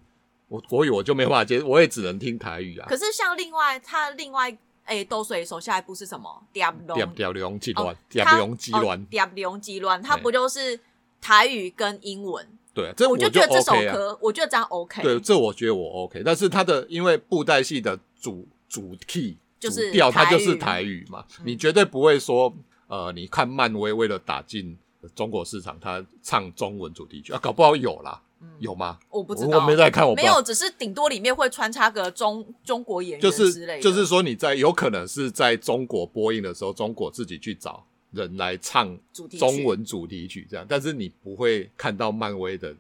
Speaker 2: 我国语我就没有办法接，我也只能听台语啊。
Speaker 1: 可是像另外他另外哎，斗水手下一步是什么？嗲
Speaker 2: 点
Speaker 1: 龙
Speaker 2: 点龙鸡
Speaker 1: 哦
Speaker 2: 乱，点
Speaker 1: 他
Speaker 2: 龙鸡
Speaker 1: 哦
Speaker 2: 乱，
Speaker 1: 嗲龙鸡乱，它
Speaker 2: 对
Speaker 1: 不就是台语跟英文？
Speaker 2: 对，这
Speaker 1: 我
Speaker 2: 就
Speaker 1: 觉得这首
Speaker 2: OK 啊。
Speaker 1: 歌，我觉得这样 OK。
Speaker 2: 对，这我觉得我 OK，但是它的因为布袋戏的主主 key
Speaker 1: 就是
Speaker 2: 主调，它就是
Speaker 1: 台
Speaker 2: 台语嘛，
Speaker 1: 嗯
Speaker 2: 你绝对不会说呃，你看漫威为了打进中国市场，他唱中文主题曲啊，搞不好有啦，
Speaker 1: 嗯
Speaker 2: 有吗？
Speaker 1: 我不知
Speaker 2: 我
Speaker 1: 道，
Speaker 2: 我没在看，我不
Speaker 1: 没
Speaker 2: 知道
Speaker 1: 有，只是顶多里面会穿插个中中国演员
Speaker 2: 就
Speaker 1: 之类
Speaker 2: 是
Speaker 1: 的，
Speaker 2: 就是说你在有可能是在中国播映的时候，中国自己去找人来唱
Speaker 1: 主题曲
Speaker 2: 中文主题曲这样，但是你不会看到漫威的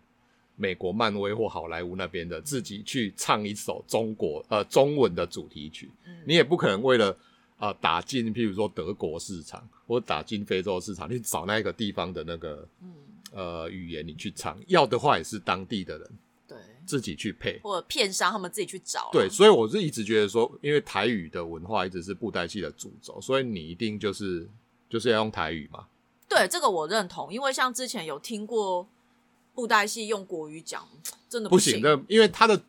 Speaker 2: 美国漫威或好莱坞那边的自己去唱一首中国呃中文的主题曲，
Speaker 1: 嗯
Speaker 2: 你也不可能为了。啊、打进譬如说德国市场或打进非洲市场，去找那个地方的那个
Speaker 1: 嗯
Speaker 2: 呃语言你去唱，要的话也是当地的人
Speaker 1: 对，
Speaker 2: 自己去配。
Speaker 1: 或者片商他们自己去找啦，
Speaker 2: 对，所以我是一直觉得说，因为台语的文化一直是布袋戏的主轴，所以你一定就是就是要用台语嘛。
Speaker 1: 对这个我认同，因为像之前有听过布袋戏用国语讲，真的
Speaker 2: 不
Speaker 1: 行
Speaker 2: 行，，那因为他的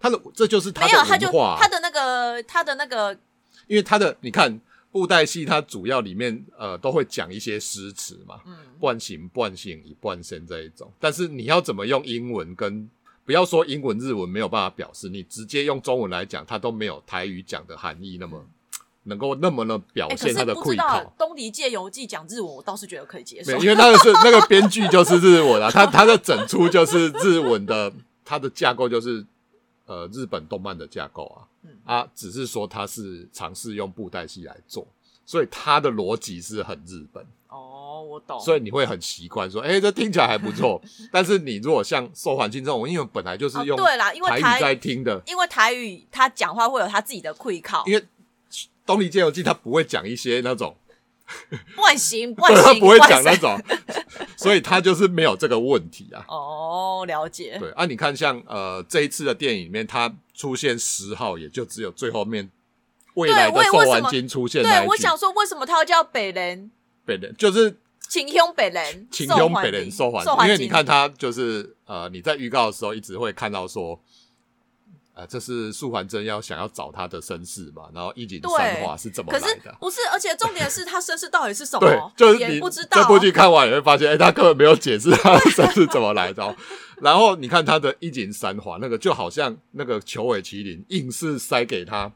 Speaker 2: 他的这就是他
Speaker 1: 没有他就
Speaker 2: 的文化啊，
Speaker 1: 他的那个他的那个
Speaker 2: 因为他的你看布袋戏，它主要里面呃都会讲一些诗词嘛，
Speaker 1: 嗯
Speaker 2: 半醒半醒以半身这一种，但是你要怎么用英文跟不要说英文日文没有办法表示，你直接用中文来讲，它都没有台语讲的含义那么。能够那么的表
Speaker 1: 哎、可
Speaker 2: 现它
Speaker 1: 是
Speaker 2: 的
Speaker 1: 哎不知
Speaker 2: 愧
Speaker 1: 道
Speaker 2: 靠，
Speaker 1: 《东离界游记》讲日文，我倒是觉得可以接
Speaker 2: 没
Speaker 1: 受
Speaker 2: 有，。因为那个是那个编剧就是日文啊，他他的整出就是日文的，它的架构就是呃日本动漫的架构啊，
Speaker 1: 嗯
Speaker 2: 啊，只是说它是尝试用布袋戏来做，所以它的逻辑是很日本，
Speaker 1: 哦，我懂。
Speaker 2: 所以你会很习惯说，哎、这听起来还
Speaker 1: *laughs*
Speaker 2: 不错。但是你如果像受环境这种，因为本来就是
Speaker 1: 哦
Speaker 2: 用
Speaker 1: 对啦因为
Speaker 2: 台
Speaker 1: 台
Speaker 2: 语在听的，
Speaker 1: 因为台语他讲话会有他自己的愧靠，
Speaker 2: 因为《东离剑游记》它不会讲一些那种
Speaker 1: 惯行惯
Speaker 2: *laughs* 对，他
Speaker 1: 行，
Speaker 2: 不会
Speaker 1: 惯
Speaker 2: 讲那
Speaker 1: 性
Speaker 2: 种， *laughs* 所以他就是没有这个问题啊。
Speaker 1: 哦，了解。
Speaker 2: 对啊，你看像呃这一次的电影里面，它出现十号，也就只有最后面未
Speaker 1: 对
Speaker 2: 来的
Speaker 1: 我也
Speaker 2: 寿
Speaker 1: 为什
Speaker 2: 完
Speaker 1: 么
Speaker 2: 金出现那
Speaker 1: 对，
Speaker 2: 一
Speaker 1: 我
Speaker 2: 句
Speaker 1: 想说，为什么他要叫北人？
Speaker 2: 北人，就是
Speaker 1: 请凶北人，
Speaker 2: 请
Speaker 1: 受
Speaker 2: 用
Speaker 1: 还
Speaker 2: 北人
Speaker 1: 金
Speaker 2: 受环
Speaker 1: 受
Speaker 2: 境，
Speaker 1: 还
Speaker 2: 因为你
Speaker 1: 金
Speaker 2: 看他就是呃你在预告的时候一直会看到说。呃，这是素还真要想要找他的身世嘛，然后一景三
Speaker 1: 对
Speaker 2: 华是怎么
Speaker 1: 可
Speaker 2: 来
Speaker 1: 是
Speaker 2: 的？
Speaker 1: 不是，而且重点是他身世到底是什
Speaker 2: 对
Speaker 1: 么，，
Speaker 2: 就
Speaker 1: 哦
Speaker 2: 是
Speaker 1: 也
Speaker 2: 你
Speaker 1: 不知道。
Speaker 2: 这部剧看完你会发现，哎、他根本没有解释他的身世怎么来的、
Speaker 1: *laughs*
Speaker 2: 哦。然后你看他的一锦三华，那个就好像那个九尾麒麟硬是塞给他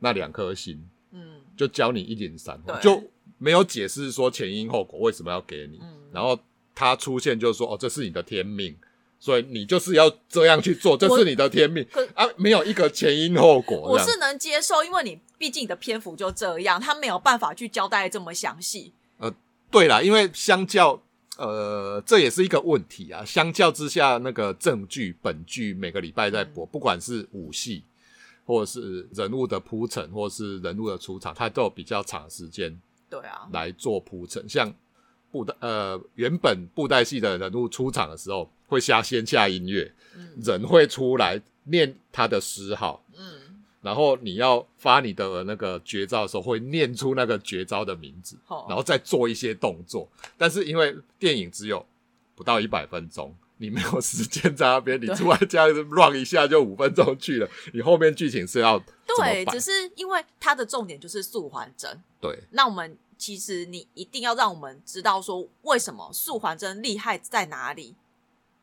Speaker 2: 那两颗心，
Speaker 1: 嗯
Speaker 2: 就教你一锦三华，
Speaker 1: 对
Speaker 2: 就没有解释说前因后果为什么要给你。
Speaker 1: 嗯，
Speaker 2: 然后他出现就说：“哦，这是你的天命。”所以你就是要这样去做，这是你的天命
Speaker 1: 可
Speaker 2: 啊！没有一个前因后果。
Speaker 1: 我
Speaker 2: 这样
Speaker 1: 是能接受，因为你毕竟你的篇幅就这样，他没有办法去交代这么详细。
Speaker 2: 对啦，因为相较呃，这也是一个问题啊。相较之下，那个正剧本剧每个礼拜在播，不管是武戏，或者是人物的铺陈，或是人物的出场，它都有比较长时间
Speaker 1: 对啊，
Speaker 2: 来做铺陈。像布袋呃原本布袋戏的人物出场的时候，会下先下音乐，
Speaker 1: 嗯
Speaker 2: 人会出来念他的诗号，
Speaker 1: 嗯，
Speaker 2: 然后你要发你的那个绝招的时候，会念出那个绝招的名字，
Speaker 1: 好
Speaker 2: 然后再做一些动作。但是因为电影只有不到一百分钟，你没有时间在那边，你
Speaker 1: 对
Speaker 2: 出来这样子乱一下就五分钟去
Speaker 1: *laughs*
Speaker 2: 了，你后面剧情是要怎么
Speaker 1: 对，
Speaker 2: 办
Speaker 1: 只？是因为它的重点就是素还真，
Speaker 2: 对
Speaker 1: 那我们其实你一定要让我们知道说为什么素还真厉害在哪里，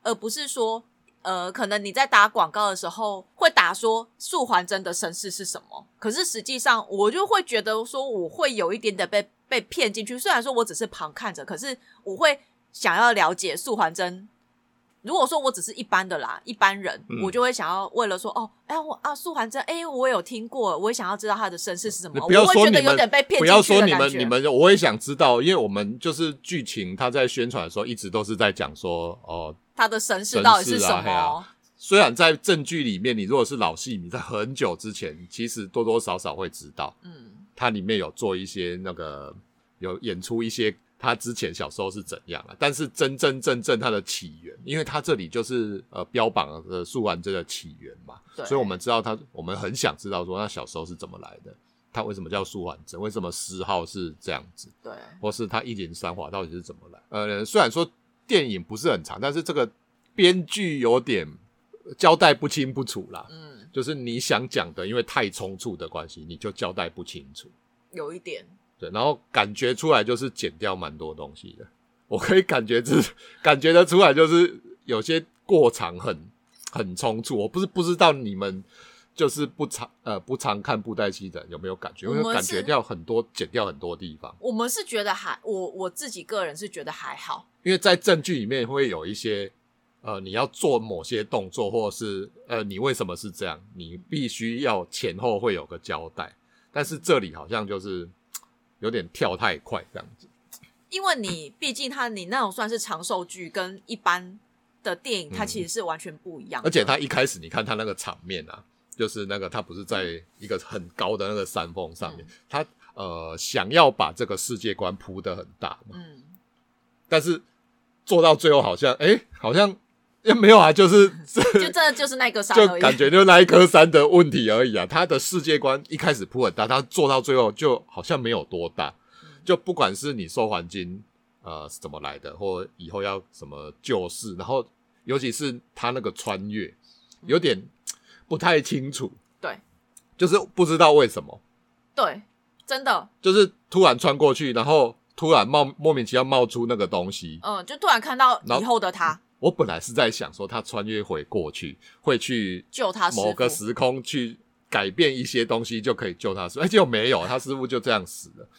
Speaker 1: 而不是说呃，可能你在打广告的时候会打说素还真的身世是什么，可是实际上我就会觉得说我会有一点点被被骗进去，虽然说我只是旁看者，可是我会想要了解素还真。如果说我只是一般的啦，一般人，
Speaker 2: 嗯
Speaker 1: 我就会想要为了说，哦，哎，我啊，素还真，哎，我有听过，我也想要知道他的身世是什么
Speaker 2: 你，不要
Speaker 1: 我会
Speaker 2: 说
Speaker 1: 觉得
Speaker 2: 你
Speaker 1: 有
Speaker 2: 们
Speaker 1: 点被骗
Speaker 2: 不
Speaker 1: 进
Speaker 2: 要
Speaker 1: 去的
Speaker 2: 说你
Speaker 1: 感
Speaker 2: 们
Speaker 1: 觉。
Speaker 2: 你们，我也想知道，因为我们就是剧情，他在宣传的时候一直都是在讲说，哦，
Speaker 1: 他的神事到底是什
Speaker 2: 神事
Speaker 1: 么？
Speaker 2: 啊虽然在正剧里面，你如果是老戏迷，在很久之前，其实多多少少会知道，
Speaker 1: 嗯，
Speaker 2: 它里面有做一些那个有演出一些他之前小时候是怎样啊，但是真真正正它的起源，因为它这里就是呃标榜的素丸真的起源嘛，
Speaker 1: 对，
Speaker 2: 所以我们知道他，我们很想知道说他小时候是怎么来的，他为什么叫素丸真，为什么诗号是这样子，
Speaker 1: 对
Speaker 2: 或是他一零三华到底是怎么来？呃，虽然说电影不是很长，但是这个编剧有点呃交代不清不楚啦。
Speaker 1: 嗯，
Speaker 2: 就是你想讲的，因为太冲突的关系，你就交代不清楚。
Speaker 1: 有一点，
Speaker 2: 对，然后感觉出来就是剪掉蛮多东西的。我可以感觉只感觉得出来，就是有些过场很很冲突。我不是不知道你们就是不常呃不常看布袋戏的人有没有感觉，因为
Speaker 1: 我们
Speaker 2: 感
Speaker 1: 是
Speaker 2: 觉掉很多剪掉很多地方。
Speaker 1: 我们是觉得还我我自己个人是觉得还好，
Speaker 2: 因为在证据里面会有一些，呃，你要做某些动作，或者是呃，你为什么是这样，你必须要前后会有个交代。但是这里好像就是嘖有点跳太快这样子，
Speaker 1: 因为你毕竟他你那种算是长寿剧，跟一般的电影它
Speaker 2: 嗯
Speaker 1: 其实是完全不一样的，
Speaker 2: 而且他一开始你看他那个场面啊，就是那个他不是在一个很高的那个山峰上面，他呃想要把这个世界观铺得很大嘛，
Speaker 1: 嗯，
Speaker 2: 但是做到最后好像哎、诶好像也没有啊，就是这。
Speaker 1: 就真的就是那个山
Speaker 2: 就
Speaker 1: 而已，
Speaker 2: *laughs* 感觉就那一颗山的问题而已啊。他的世界观一开始铺很大，他做到最后就好像没有多大。
Speaker 1: 嗯
Speaker 2: 就不管是你收还金，呃，是怎么来的，或以后要什么救世，然后尤其是他那个穿越，有点不太清楚，
Speaker 1: 嗯对
Speaker 2: 就是不知道为什么，
Speaker 1: 对，真的，
Speaker 2: 就是突然穿过去，然后突然冒莫名其妙冒出那个东西，
Speaker 1: 嗯，就突然看到
Speaker 2: 然后
Speaker 1: 以后的他啊
Speaker 2: 我本来是在想说，他穿越回过去会去
Speaker 1: 救他师
Speaker 2: 某个
Speaker 1: 傅
Speaker 2: 时空去改变一些东西，就可以救他师傅，哎，结果没有，他师傅就这样死了。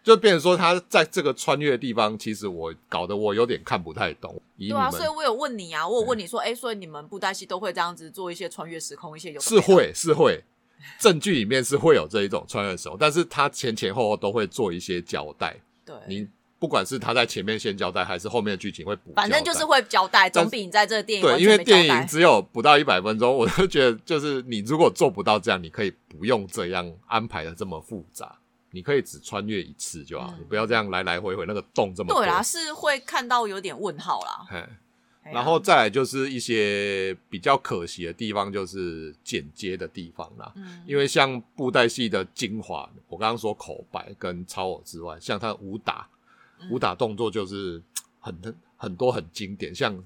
Speaker 2: 就变成说，他在这个穿越的地方，其实我搞得我有点看不太懂。以你
Speaker 1: 对
Speaker 2: 们、嗯
Speaker 1: 啊，所以我有问你啊，我有问你说，哎，所以你们布袋戏都会这样子做一些穿越时空一些有的
Speaker 2: 是
Speaker 1: 没的
Speaker 2: 会是会，证据里面是会有这一种穿越手，但是他前前后后都会做一些交代。
Speaker 1: 对，
Speaker 2: 你不管是他在前面先交代，还是后面的剧情会补交代，
Speaker 1: 反正就是会交代，
Speaker 2: 但
Speaker 1: 总比你在这个电影完
Speaker 2: 对，因
Speaker 1: 全
Speaker 2: 为
Speaker 1: 没交
Speaker 2: 电
Speaker 1: 代
Speaker 2: 影只有不到一百分钟，我就觉得就是你如果做不到这样，你可以不用这样安排的这么复杂，你可以只穿越一次就好，
Speaker 1: 嗯
Speaker 2: 你不要这样来来回回那个洞这么多。
Speaker 1: 对啦，是会看到有点问号啦。
Speaker 2: 嘿
Speaker 1: 哎呀
Speaker 2: 然后再来就是一些比较可惜的地方，就是剪接的地方啦。
Speaker 1: 嗯，
Speaker 2: 因为像布袋戏的精华，我刚刚说口白跟超偶之外，像他的武打，
Speaker 1: 嗯
Speaker 2: 武打动作就是嘖很很多很经典，像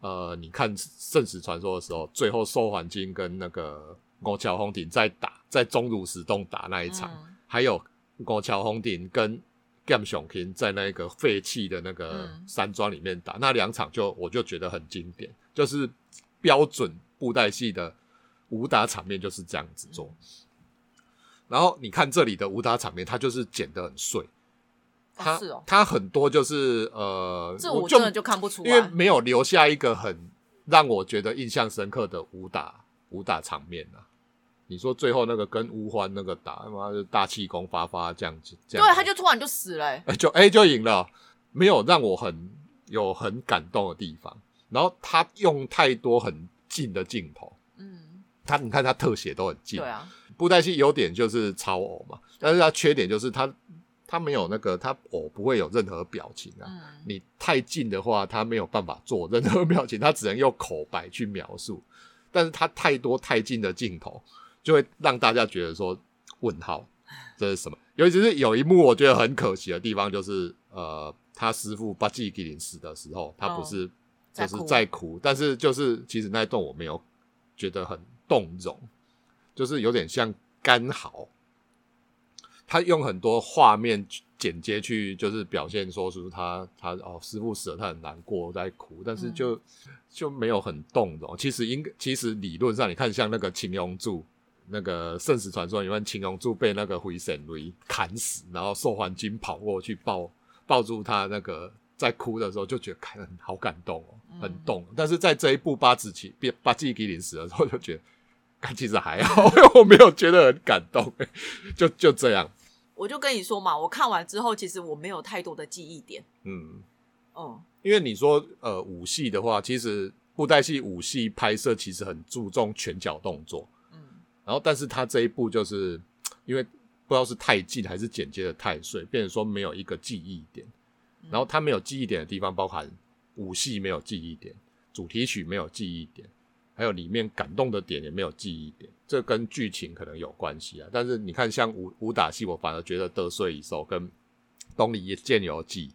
Speaker 2: 呃，你看《圣石传说》的时候，最后寿环金跟那个吴桥红鼎在打，在中乳石洞打那一场，
Speaker 1: 嗯
Speaker 2: 还有吴桥红鼎跟 Gam 熊 King 在那个废弃的那个
Speaker 1: 嗯
Speaker 2: 山庄里面打，那两场就我就觉得很经典，就是标准布袋戏的武打场面就是这样子做。然后你看这里的武打场面，它就是剪得很碎，它、
Speaker 1: 哦是哦，
Speaker 2: 它很多就是呃，
Speaker 1: 这
Speaker 2: 我
Speaker 1: 我真的就看不出
Speaker 2: 因为
Speaker 1: 来。
Speaker 2: 没有留下一个很让我觉得印象深刻的武打武打场面啊。你说最后那个跟吴欢那个打，他妈的大气功发发这样子，这
Speaker 1: 对
Speaker 2: 样子，
Speaker 1: 他就突然就死了欸、
Speaker 2: 哎就哎就赢了，没有让我很有很感动的地方。然后他用太多很近的镜头，
Speaker 1: 嗯，
Speaker 2: 他你看他特写都很近
Speaker 1: 对，啊，
Speaker 2: 布袋戏优点就是超偶嘛，但是它缺点就是它它没有那个，它偶不会有任何表情啊。
Speaker 1: 嗯，
Speaker 2: 你太近的话，它没有办法做任何表情，它只能用口白去描述。但是它太多太近的镜头，就会让大家觉得说问
Speaker 1: *laughs*
Speaker 2: 号，这是什么？尤其是有一幕我觉得很可惜的地方，就是呃，他师傅巴基吉林死的时候，他不是
Speaker 1: 哦在
Speaker 2: 就是
Speaker 1: 哭
Speaker 2: 在哭，但是就是其实那一段我没有觉得很动容，就是有点像干嚎。他用很多画面剪接去，就是表现说出他他哦师傅死了，他很难过，在哭，但是就、就没有很动容。其实应该其实理论上，你看像那个秦龙柱，那个《圣史传说》里面秦龙柱被那个回神雷砍死，然后寿环金跑过去抱抱住他，那个在哭的时候就觉得看很好感动哦，很动。但是在这一部八子棋八八季吉林死的时候，就觉得。看其实还好， *laughs* 因为我没有觉得很感动，欸就就这样。
Speaker 1: 我就跟你说嘛，我看完之后，其实我没有太多的记忆点。
Speaker 2: 嗯，
Speaker 1: 嗯，
Speaker 2: 因为你说呃武戏的话，其实布袋戏武戏拍摄其实很注重拳脚动作，
Speaker 1: 嗯
Speaker 2: 然后但是他这一部就是因为不知道是太近还是剪接的太碎，变成说没有一个记忆点，
Speaker 1: 嗯
Speaker 2: 然后他没有记忆点的地方包含武戏没有记忆点，主题曲没有记忆点。还有里面感动的点也没有记忆点，这跟剧情可能有关系啊。但是你看，像武武打戏，我反而觉得《得睡一兽》跟《东篱剑游记》，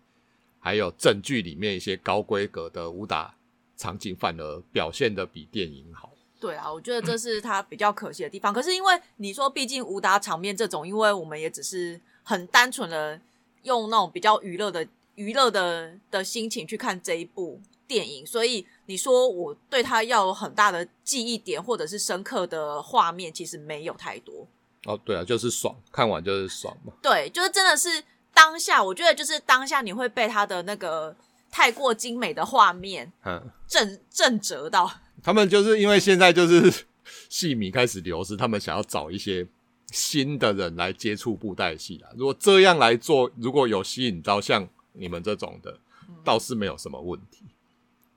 Speaker 2: 还有正剧里面一些高规格的武打场景，反而表现的比电影好。
Speaker 1: 对啊，我觉得这是他比较可惜的地方。可是因为你说，毕竟武打场面这种，因为我们也只是很单纯的用那种比较娱乐的、娱乐的的心情去看这一部电影，所以你说我对他要有很大的记忆点或者是深刻的画面，其实没有太多。
Speaker 2: 哦，对啊，就是爽，看完就是爽嘛。
Speaker 1: 对，就是真的是当下，我觉得就是当下你会被他的那个太过精美的画面
Speaker 2: 嗯，
Speaker 1: 震震折到。
Speaker 2: 他们就是因为现在就是 *laughs* 戏迷开始流失，他们想要找一些新的人来接触布袋戏啦。如果这样来做，如果有吸引到像你们这种的，倒是没有什么问题。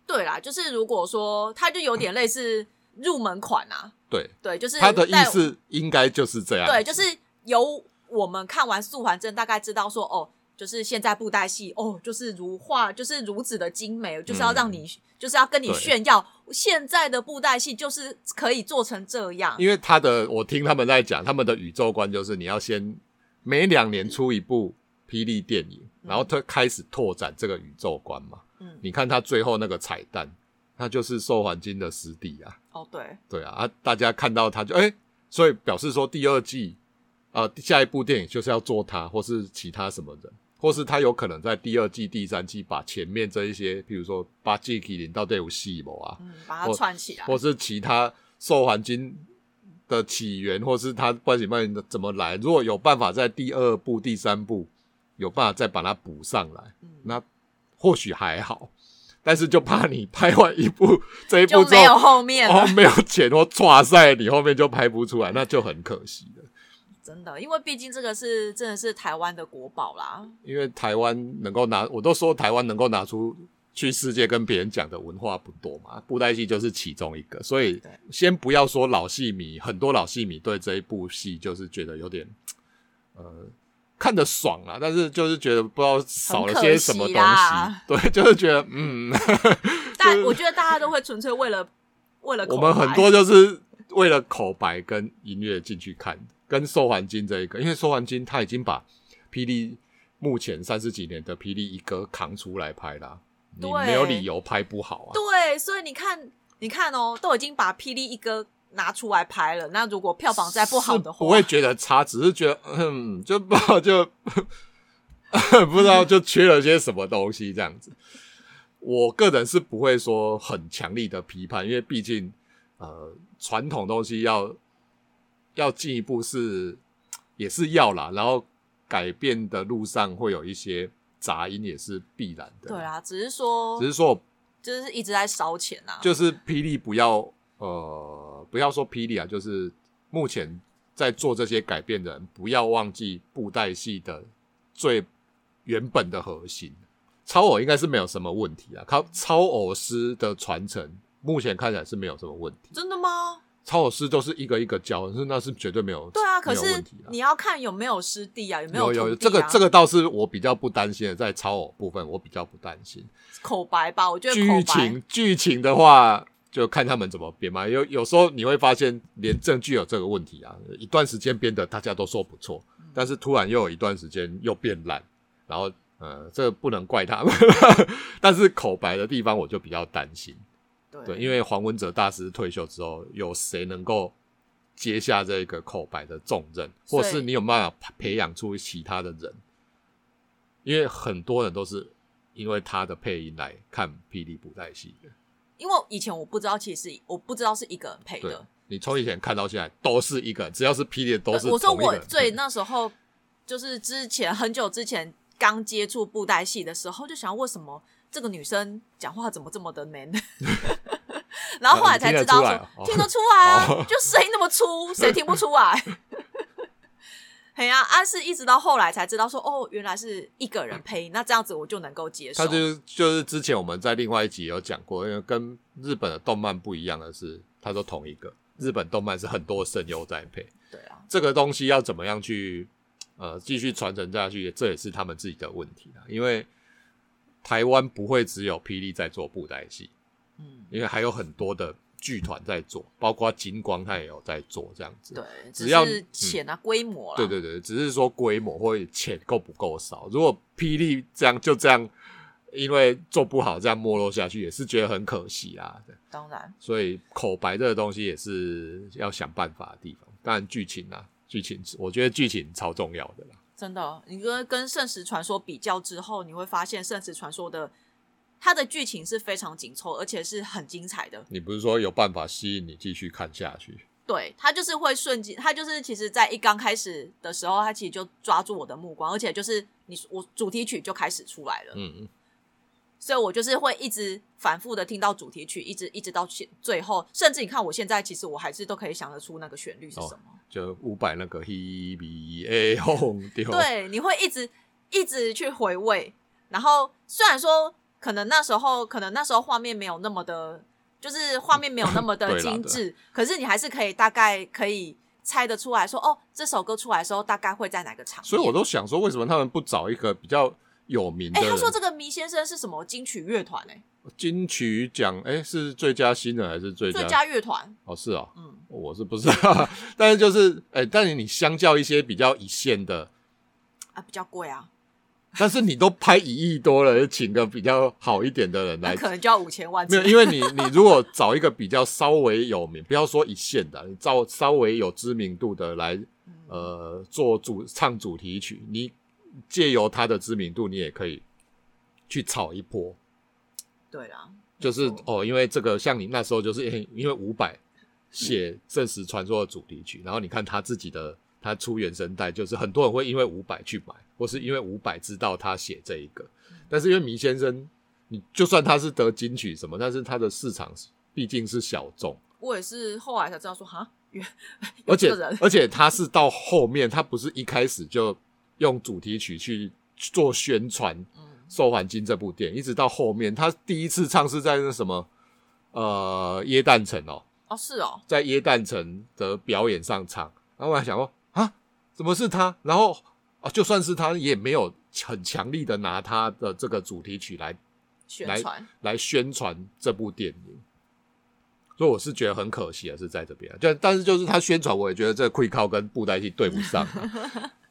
Speaker 1: 对啦，就是如果说他就有点类似入门款啊，
Speaker 2: 对，
Speaker 1: 对，就是
Speaker 2: 他的意
Speaker 1: 带
Speaker 2: 思应该就是这样。
Speaker 1: 对，就是由我们看完《素还真》，大概知道说，哦，就是现在布袋戏，哦，就是如画，就是如此的精美，就是要让你，就是要跟你
Speaker 2: 嗯对
Speaker 1: 炫耀，现在的布袋戏就是可以做成这样。
Speaker 2: 因为他的，我听他们在讲，他们的宇宙观就是你要先每两年出一部霹雳电影，然后他开始拓展这个宇宙观嘛。
Speaker 1: 嗯
Speaker 2: 你看他最后那个彩蛋，那就是寿环金的师弟啊，
Speaker 1: 哦，对，
Speaker 2: 对啊，啊，大家看到他就哎、所以表示说第二季啊、呃下一部电影就是要做他，或是其他什么人，或是他有可能在第二季、第三季把前面这一些，比如说八季麒麟到底有戏某啊，
Speaker 1: 嗯，把它
Speaker 2: 我
Speaker 1: 串起来。
Speaker 2: 或是其他受环金的起源，或是它外景漫怎么来？如果有办法在第二部、第三部有办法再把它补上来，
Speaker 1: 嗯
Speaker 2: 那或许还好。但是就怕你拍完一部这一
Speaker 1: 就
Speaker 2: 部之
Speaker 1: 没有
Speaker 2: 后，
Speaker 1: 后面了，
Speaker 2: 哦，没有钱或抓赛，你后面就拍不出来，那就很可惜了。
Speaker 1: *laughs* 真的，因为毕竟这个是真的是台湾的国宝
Speaker 2: *laughs*
Speaker 1: 啦。
Speaker 2: 因为台湾能够拿，我都说台湾能够拿出去世界跟别人讲的文化不多嘛，布袋戏就是其中一个。所以
Speaker 1: 对
Speaker 2: 先不要说老戏迷，很多老戏迷对这一部戏就是觉得有点，呃，看得爽啊，但是就是觉得不知道少了些什么
Speaker 1: 很
Speaker 2: 东
Speaker 1: 可惜啦
Speaker 2: 西，对，就是觉得嗯，
Speaker 1: 但我觉得大家都会纯粹为了为了
Speaker 2: 我
Speaker 1: 口
Speaker 2: 们很
Speaker 1: 白
Speaker 2: 多就是为了口白跟音乐进去看，跟收环金这一个，因为收环金他已经把霹雳目前三十几年的霹雳一哥扛出来拍啦、你
Speaker 1: 对
Speaker 2: 没有理由拍不好啊。
Speaker 1: 对，所以你看，你看哦，都已经把《霹雳一哥》拿出来拍了，那如果票房再不好的
Speaker 2: 是
Speaker 1: 话，
Speaker 2: 不会觉得差，只是觉得嗯，就不知道就 *laughs* 不知道就缺了些什么东西这样子。我个人是不会说很强力的批判，因为毕竟呃，传统东西要要进一步是也是要啦，然后改变的路上会有一些杂音也是必然的。
Speaker 1: 对，啊，只是说
Speaker 2: 只是说
Speaker 1: 就是一直在烧钱啊，
Speaker 2: 就是霹雳不要呃，不要说霹雳啊，就是目前在做这些改变的人，不要忘记布袋戏的最原本的核心。超偶应该是没有什么问题啊，靠超偶师的传承，目前看起来是没有什么问题。
Speaker 1: 真的吗？
Speaker 2: 抄有诗都是一个一个教，可是那是绝对没有
Speaker 1: 对啊，可
Speaker 2: 没有
Speaker 1: 是
Speaker 2: 问题啊
Speaker 1: 你要看有没有师弟啊，有没
Speaker 2: 有
Speaker 1: 徒弟啊？
Speaker 2: 有这个这个倒是我比较不担心的，在超偶部分我比较不担心。
Speaker 1: 口白吧，我觉得口
Speaker 2: 剧
Speaker 1: 白
Speaker 2: 情剧情的话，就看他们怎么编嘛。有有时候你会发现，连证据有这个问题啊，一段时间编的大家都说不错，
Speaker 1: 嗯
Speaker 2: 但是突然又有一段时间又变烂，然后呃，这不能怪他们。 *laughs* 但是口白的地方我就比较担心，对，因为黄文哲大师退休之后，有谁能够？接下这个口白的重任，
Speaker 1: 所以
Speaker 2: 或是你有没有办法培养出其他的人，因为很多人都是因为他的配音来看《霹雳布袋戏》的。
Speaker 1: 因为以前我不知道，其实我不知道是一个人配
Speaker 2: 对
Speaker 1: 的。，呃
Speaker 2: 你从以前看到现在都是一个，只要是霹雳的都是
Speaker 1: 我说
Speaker 2: 同一个
Speaker 1: 我
Speaker 2: 人
Speaker 1: 最那时候就是之前很久之前刚接触布袋戏的时候，就想为什么这个女生讲话怎么这么的
Speaker 2: *laughs*
Speaker 1: man？然后后来才知道
Speaker 2: 啊
Speaker 1: 说
Speaker 2: 你
Speaker 1: 听
Speaker 2: 听
Speaker 1: 得
Speaker 2: 得
Speaker 1: 出来啊，
Speaker 2: 哦
Speaker 1: 就声音那么粗，谁听不出来？ *laughs* 哎呀，啊是一直到后来才知道说哦，原来是一个人配音，那这样子我就能够接受。
Speaker 2: 嗯他就是就是之前我们在另外一集有讲过，因为跟日本的动漫不一样的是，他都同一个。日本动漫是很多声优在配，
Speaker 1: 对啊，
Speaker 2: 这个东西要怎么样去呃继续传承下去，这也是他们自己的问题啊。因为台湾不会只有霹雳在做布袋戏，
Speaker 1: 嗯，
Speaker 2: 因为还有很多的剧团在做，包括金光他也有在做这样子。
Speaker 1: 对，
Speaker 2: 只要嗯
Speaker 1: 是钱啊，规模啦，
Speaker 2: 对对对，只是说规模或者钱够不够少。如果霹雳这样就这样，因为做不好这样没落下去，也是觉得很可惜啦。
Speaker 1: 当然。
Speaker 2: 所以口白这个东西也是要想办法的地方。当然剧情啊，剧情我觉得剧情超重要的啦。
Speaker 1: 真的，你跟跟《圣石传说》比较之后，你会发现《圣石传说》的它的剧情是非常紧凑，而且是很精彩的。
Speaker 2: 你不是说有办法吸引你继续看下去？
Speaker 1: 对，它就是会瞬间，它就是其实在一刚开始的时候，它其实就抓住我的目光，而且就是你我主题曲就开始出来了，
Speaker 2: 嗯，
Speaker 1: 所以我就是会一直反复的听到主题曲，一直一直到现最后，甚至你看我现在其实我还是都可以想得出那个旋律是
Speaker 2: 哦
Speaker 1: 什么。
Speaker 2: 就五百那个 he b a 轰丢，
Speaker 1: 对，你会一直一直去回味。然后虽然说可能那时候，可能那时候画面没有那么的，就是画面没有那么的
Speaker 2: *laughs* 对啦
Speaker 1: 精致，可是你还是可以大概可以猜得出来说，哦，这首歌出来的时候大概会在哪个场面。
Speaker 2: 所以我都想说，为什么他们不找一个比较有名的
Speaker 1: 哎、
Speaker 2: 人？
Speaker 1: 他说这个迷先生是什么金曲乐团、欸？
Speaker 2: 金曲奖，哎，是最佳新人还是最佳？
Speaker 1: 最佳乐团，
Speaker 2: 哦，是哦，
Speaker 1: 嗯，
Speaker 2: 我是不知道，但是就是，哎，但是你相较一些比较一线的，
Speaker 1: 啊，比较贵啊，
Speaker 2: 但是你都拍一亿多了，请个比较好一点的人
Speaker 1: 那
Speaker 2: 来
Speaker 1: 可能就要五千万
Speaker 2: 没有，
Speaker 1: 起。
Speaker 2: 因为你你如果找一个比较稍微有名，不要说一线的，你找稍微有知名度的来，呃，做主唱主题曲，你借由他的知名度，你也可以去炒一波。
Speaker 1: 对啦，
Speaker 2: 就是
Speaker 1: 没错
Speaker 2: 哦，因为这个像你那时候就是因因为伍佰写《证实传说》的主题曲，然后你看他自己的他出原声带，就是很多人会因为伍佰去买，或是因为伍佰知道他写这一个，但是因为迷先生，你就算他是得金曲什么，但是他的市场毕竟是小众，
Speaker 1: 我也是后来才知道说，哈，原
Speaker 2: 而且
Speaker 1: 这个人
Speaker 2: 而且他是到后面，他不是一开始就用主题曲去做宣传《
Speaker 1: 嗯，
Speaker 2: 受环境》这部电影，一直到后面，他第一次唱是在那什么呃耶诞城哦，
Speaker 1: 哦，是哦，
Speaker 2: 在耶诞城的表演上唱，然后我还想说啊，怎么是他？然后啊，就算是他，也没有很强力的拿他的这个主题曲来
Speaker 1: 宣
Speaker 2: 来
Speaker 1: 传，
Speaker 2: 来宣传这部电影。所以我是觉得很可惜啊，是在这边啊、就但是就是他宣传，我也觉得这 q u i c 跟布袋戏对不上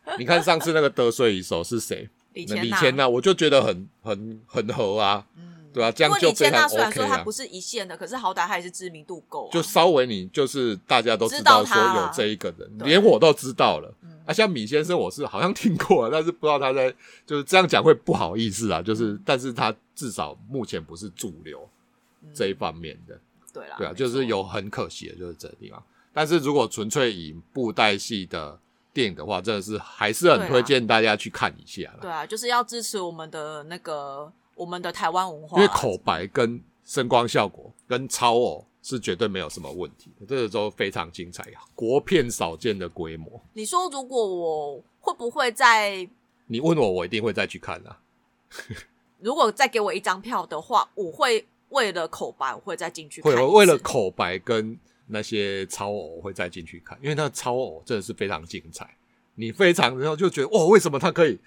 Speaker 2: 啊、你看上次那个得罪一手是谁？
Speaker 1: 李
Speaker 2: 那
Speaker 1: 千
Speaker 2: 李
Speaker 1: 娜，
Speaker 2: 千娜，我就觉得很很很合啊，
Speaker 1: 嗯，
Speaker 2: 对啊，这
Speaker 1: 因
Speaker 2: 样
Speaker 1: 为
Speaker 2: 就
Speaker 1: 李
Speaker 2: 非
Speaker 1: 千
Speaker 2: 常
Speaker 1: 娜虽然
Speaker 2: OK
Speaker 1: 说她
Speaker 2: 啊
Speaker 1: 不。是一线的，可是好歹她也是知名度够、啊。
Speaker 2: 就稍微你就是大家都知
Speaker 1: 知道
Speaker 2: 道说
Speaker 1: 他啊
Speaker 2: 有这一个人，
Speaker 1: 对
Speaker 2: 连我都知道了
Speaker 1: 嗯。
Speaker 2: 啊，像米先生，我是好像听过，但是不知道他在就是这样讲会不好意思啊。
Speaker 1: 嗯
Speaker 2: 就是，但是他至少目前不是主流这一方面的，
Speaker 1: 对啦，
Speaker 2: 对啊，
Speaker 1: 嗯没
Speaker 2: 就是
Speaker 1: 错
Speaker 2: 有很可惜的就是这个地方。但是如果纯粹以布袋戏的电影的话，真的是还是
Speaker 1: 对
Speaker 2: 很
Speaker 1: 啊
Speaker 2: 推荐大家去看一下啦，
Speaker 1: 对啊，就是要支持我们的那个我们的台湾文化啊，
Speaker 2: 因为口白跟声光效果跟超偶是绝对没有什么问题的，这个都非常精彩，国片少见的规模。
Speaker 1: 你说如果我会不会再
Speaker 2: 你问我，我一定会再去看啊。
Speaker 1: 如果再给我一张票的话，我会为了口白我会再进去看
Speaker 2: 会
Speaker 1: 一次。
Speaker 2: 为了口白跟那些超偶会再进去看，因为那超偶真的是非常精彩，你非常然后就觉得哇，为什么他可以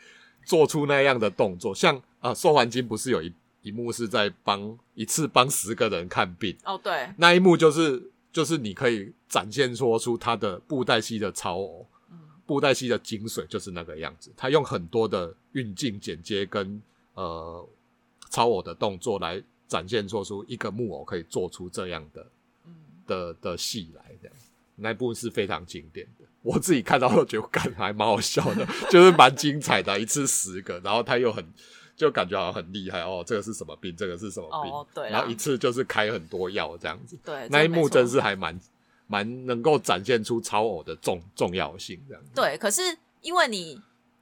Speaker 2: 做出那样的动作？像啊，收完金不是有一一幕是在帮一次帮十个人看病，
Speaker 1: 哦，对，
Speaker 2: 那一幕就是就是你可以展现说出他的布袋戏的超偶，
Speaker 1: 嗯
Speaker 2: 布袋戏的精髓就是那个样子。他用很多的运镜、剪接跟呃超偶的动作来展现做出一个木偶可以做出这样的
Speaker 1: 嗯，
Speaker 2: 的的戏来，这样那一部是非常经典的。我自己看到都觉得，感还蛮好笑的，就是蛮精彩的，一次十个，然后他又很就感觉好像很厉害哦，这个是什么病，这个是什么病，
Speaker 1: 哦对啦
Speaker 2: 然后一次就是开很多药这样子，
Speaker 1: 对，
Speaker 2: 那一幕真
Speaker 1: 没错
Speaker 2: 是还蛮蛮能够展现出超偶的重重要性，这样子。
Speaker 1: 对，可是因为你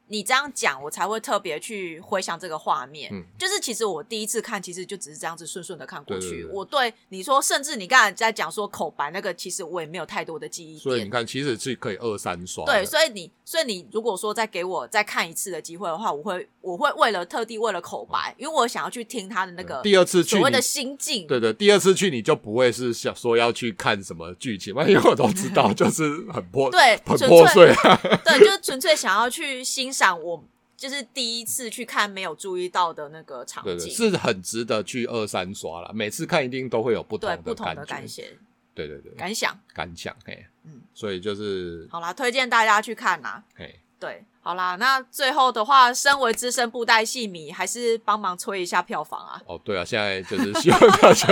Speaker 1: 你这样讲，我才会特别去回想这个画面。
Speaker 2: 嗯
Speaker 1: 就是其实我第一次看，其实就只是这样子顺顺的看过去。
Speaker 2: 对对对
Speaker 1: 我对你说，甚至你刚才在讲说口白那个，其实我也没有太多的记忆
Speaker 2: 所以你
Speaker 1: 点。
Speaker 2: 看，其实是可以二三刷的，
Speaker 1: 对，所以你，所以你如果说再给我再看一次的机会的话，我会我会为了特地为了口白，因为我想要去听他的那个
Speaker 2: 哦嗯第二次去
Speaker 1: 所谓的
Speaker 2: 你
Speaker 1: 心境。
Speaker 2: 对对，第二次去你就不会是想说要去看什么剧情，因为我都
Speaker 1: *laughs*
Speaker 2: 知道，就是很破，
Speaker 1: 对
Speaker 2: 很
Speaker 1: 纯
Speaker 2: 破
Speaker 1: 粹
Speaker 2: 碎啊。
Speaker 1: 对，就是纯粹想要去欣赏我，就是第一次去看没有注意到的那个场
Speaker 2: 对
Speaker 1: 景，
Speaker 2: 对，是很值得去二三刷啦。每次看一定都会有不同
Speaker 1: 对
Speaker 2: 的
Speaker 1: 不同的感
Speaker 2: 感觉，
Speaker 1: 觉
Speaker 2: 对对对，感
Speaker 1: 感想。
Speaker 2: 想嘿，
Speaker 1: 嗯
Speaker 2: 所以就是
Speaker 1: 好啦，推荐大家去看啦。
Speaker 2: 嘿，
Speaker 1: 对，好啦，那最后的话，身为资深布袋戏迷，还是帮忙催一下票房啊。
Speaker 2: 哦对啊，现在就是希望大家，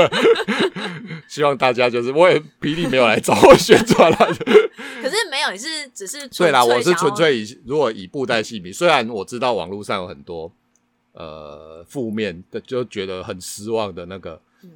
Speaker 2: *laughs* 希望大家就是我也霹雳没有来找我宣传啦，
Speaker 1: 可是没有，你是只是
Speaker 2: 对啦，我是
Speaker 1: 想要
Speaker 2: 纯粹以如果以布袋戏迷，虽然我知道网络上有很多呃负面的，就觉得很失望的那个
Speaker 1: 嗯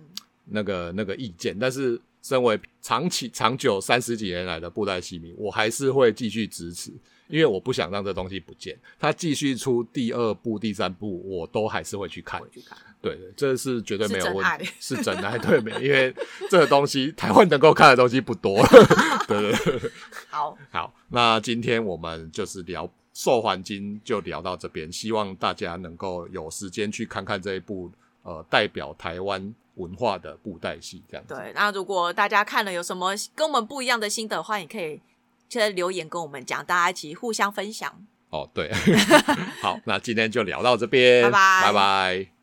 Speaker 2: 那个那个意见，但是身为长期长久三十几年来的布袋戏迷，我还是会继续支持，因为我不想让这东西不见。他继续出第二部、第三部，我都还是会去看
Speaker 1: 回。去看。
Speaker 2: 对对，这是绝对没有
Speaker 1: 是真
Speaker 2: 问
Speaker 1: 爱
Speaker 2: 题，是真爱。 *laughs* 对，没，因为这个东西台湾能够看的东西不多。 *laughs* 对对对。
Speaker 1: 好，
Speaker 2: 好，那今天我们就是聊《受环金》，就聊到这边，希望大家能够有时间去看看这一部呃代表台湾文化的布袋戏，这样子。
Speaker 1: 对，那如果大家看了有什么跟我们不一样的心得的话，也可以在留言跟我们讲，大家一起互相分享。
Speaker 2: *laughs* 哦，对，好，那今天就聊到这边，
Speaker 1: 拜拜
Speaker 2: 拜拜。